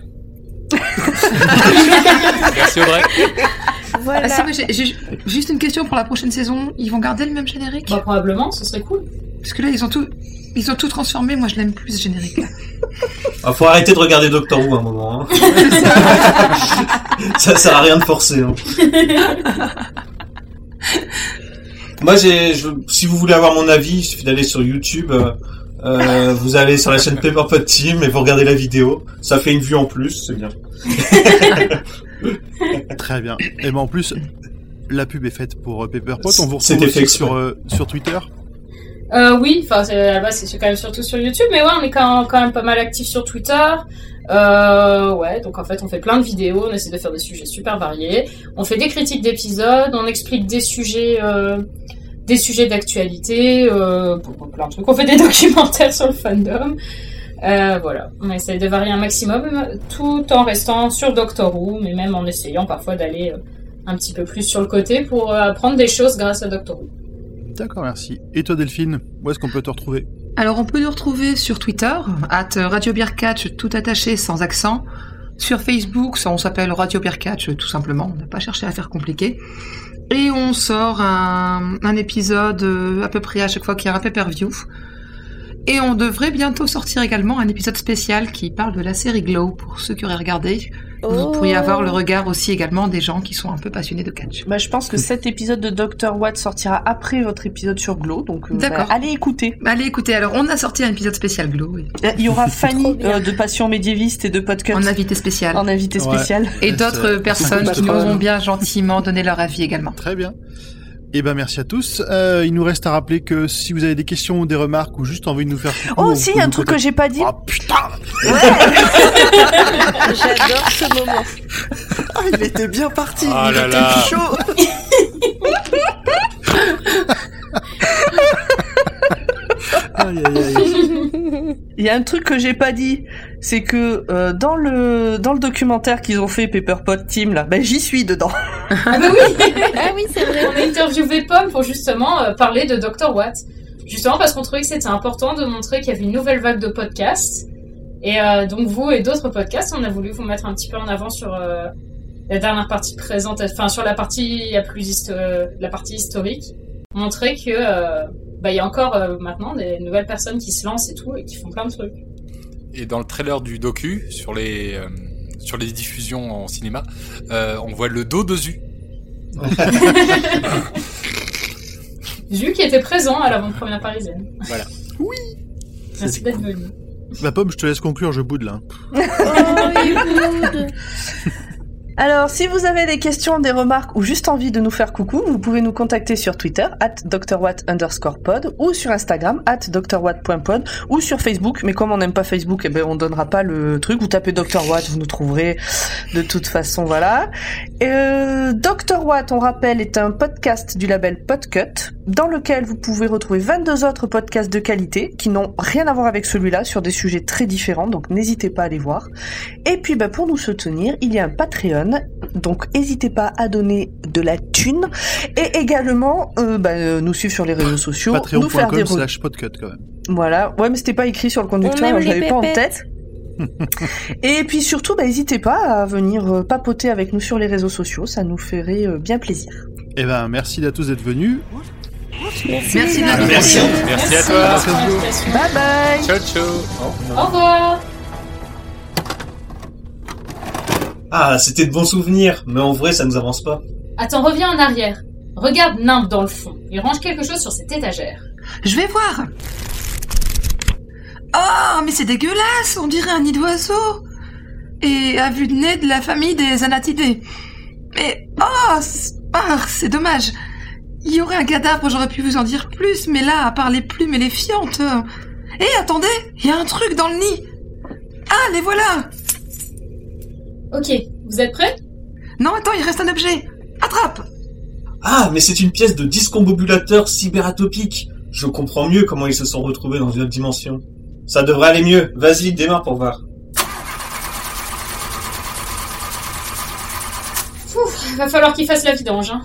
S6: Merci Audrey.
S10: Bah,
S9: voilà.
S7: Ah si, moi, j'ai- j'ai juste une question pour la prochaine saison. Ils vont garder le même générique
S2: bah, probablement, ce serait cool.
S7: Parce que là, ils ont tout, ils ont tout transformé. Moi, je l'aime plus ce générique. là.
S3: Ah, faut arrêter de regarder Doctor Who à un moment. Hein. ça sert à rien de forcer. Hein. Moi, j'ai, je- si vous voulez avoir mon avis, il suffit d'aller sur YouTube. euh, euh, vous allez sur la chaîne Paperpot Team et vous regardez la vidéo. Ça fait une vue en plus, c'est bien.
S5: Très bien. Et ben en plus, la pub est faite pour euh, Pepperpot. On vous retrouve
S3: C'était fait
S5: aussi
S3: exprès.
S5: sur, euh, sur Twitter.
S2: Euh, oui, enfin c'est- à la base c'est quand même surtout sur YouTube, mais ouais on est quand, quand même pas mal actif sur Twitter. Euh, ouais, donc en fait on fait plein de vidéos, on essaie de faire des sujets super variés, on fait des critiques d'épisodes, on explique des sujets, euh, des sujets d'actualité, euh, bon, bon, plein de trucs. On fait des documentaires sur le fandom. Euh, voilà, on essaie de varier un maximum, tout en restant sur Doctor Who, mais même en essayant parfois d'aller euh, un petit peu plus sur le côté pour euh, apprendre des choses grâce à Doctor Who.
S5: D'accord, merci. Et toi, Delphine, où est-ce qu'on peut te retrouver
S7: Alors, on peut nous retrouver sur Twitter, at Radio Beer Catch, tout attaché, sans accent. Sur Facebook, ça, on s'appelle Radio Beer Catch, tout simplement. On n'a pas cherché à faire compliqué. Et on sort un, un épisode euh, à peu près à chaque fois qu'il y a un pay-per-view. Et on devrait bientôt sortir également un épisode spécial qui parle de la série Glow, pour ceux qui auraient regardé. Vous
S9: Oh.
S7: pourriez avoir le regard aussi également des gens qui sont un peu passionnés de catch.
S10: Bah, je pense que cet épisode de Dr. Watt sortira après votre épisode sur Glow, donc euh,
S7: D'accord.
S10: bah, allez écouter.
S7: Allez, écoutez, alors on a sorti un épisode spécial Glow, oui.
S10: Euh, Il y aura Fanny
S9: bien.
S10: euh, de Passion médiéviste et de Podcut
S7: en invité spécial.
S10: en invité
S5: Ouais.
S10: spécial.
S5: Ouais,
S7: Et d'autres
S5: c'est-
S7: personnes
S5: c'est
S7: qui
S5: cool,
S7: nous
S5: quand
S7: ont
S5: même.
S7: bien gentiment donné leur avis également.
S5: Très bien. Et ben merci à tous. Euh, il nous reste à rappeler que si vous avez des questions ou des remarques ou juste envie de nous faire.
S10: Oh, si, il y a un truc que j'ai pas dit.
S5: Ah putain
S9: J'adore ce moment.
S8: Ah, il était bien parti.
S6: Oh
S8: il
S6: là
S8: était
S6: là.
S8: chaud. Aïe, aïe, aïe.
S10: Il y a un truc que j'ai pas dit, c'est que euh, dans le dans le documentaire qu'ils ont fait Paperpot Team là, ben j'y suis dedans.
S2: Ah bah oui
S9: Ah oui, c'est vrai.
S2: on a interviewé Pomme pour justement euh, parler de Dr. Watt. Justement parce qu'on trouvait que c'était important de montrer qu'il y avait une nouvelle vague de podcasts. Et euh, donc vous et d'autres podcasts, on a voulu vous mettre un petit peu en avant sur euh, la dernière partie présente, enfin sur la partie la plus histo- euh, la partie historique, montrer que euh, bah, il y a encore euh, maintenant des nouvelles personnes qui se lancent et tout et qui font plein de trucs.
S6: Et dans le trailer du docu, sur les, euh, sur les diffusions en cinéma, euh, on voit le dos de Zu.
S2: Vu qui était présent à l'avant-première parisienne.
S6: Voilà.
S2: Oui. Merci d'être venu.
S5: Ma pomme, je te laisse conclure, je boude là.
S9: Oh, il boude.
S10: Alors, si vous avez des questions, des remarques ou juste envie de nous faire coucou, vous pouvez nous contacter sur Twitter, at drwatt underscore pod, ou sur Instagram, at drwatt.pod, ou sur Facebook, mais comme on n'aime pas Facebook, eh ben, on donnera pas le truc, vous tapez drwatt, vous nous trouverez de toute façon, voilà. Euh, Dr. Watt, on rappelle, est un podcast du label Podcut, dans lequel vous pouvez retrouver 22 autres podcasts de qualité, qui n'ont rien à voir avec celui-là, sur des sujets très différents, donc n'hésitez pas à les voir. Et puis bah, pour nous soutenir, il y a un Patreon Donc, n'hésitez pas à donner de la thune et également euh, bah, euh, nous suivre sur les réseaux sociaux, nous faire des
S5: Patreon.com
S10: re-
S5: slash podcut quand même.
S10: Voilà. Ouais, mais c'était pas écrit sur le
S9: On aime
S10: conducteur,
S9: les
S10: je l'avais pas en
S9: pépettes.
S10: tête. et puis surtout, bah, n'hésitez pas à venir euh, papoter avec nous sur les réseaux sociaux, ça nous ferait euh, bien plaisir.
S5: Eh ben, merci à tous d'être venus.
S9: Merci.
S7: Merci
S9: Lina.
S7: de nous
S6: Merci. Merci à toi.
S2: pour l'invitation.
S10: Bye bye
S6: Ciao, ciao.
S2: Au revoir.
S3: Ah, c'était de bons souvenirs, mais en vrai, ça nous avance pas.
S2: Attends, reviens en arrière. Regarde Nimb dans le fond. Il range quelque chose sur cette étagère.
S7: Je vais voir. Oh, mais c'est dégueulasse, on dirait un nid d'oiseau. Et à vue de nez de la famille des Anatidés. Mais oh, c'est ah, c'est dommage. Il y aurait un cadavre, j'aurais pu vous en dire plus, mais là, à part les plumes et les fientes. euh, Eh, attendez, il y a un truc dans le nid. Ah, les voilà.
S2: Ok, vous êtes prêts
S7: Non, attends, il reste un objet. Attrape.
S3: Ah, mais c'est une pièce de discombobulateur cyberatopique. Je comprends mieux comment ils se sont retrouvés dans une autre dimension. Ça devrait aller mieux. Vas-y, démarre pour voir.
S2: Fouf, va falloir qu'il fasse la vidange. hein.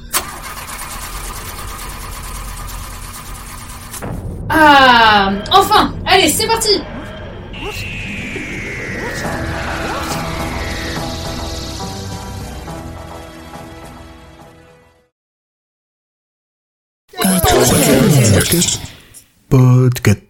S2: Ah, enfin Allez, c'est parti
S8: Podcut.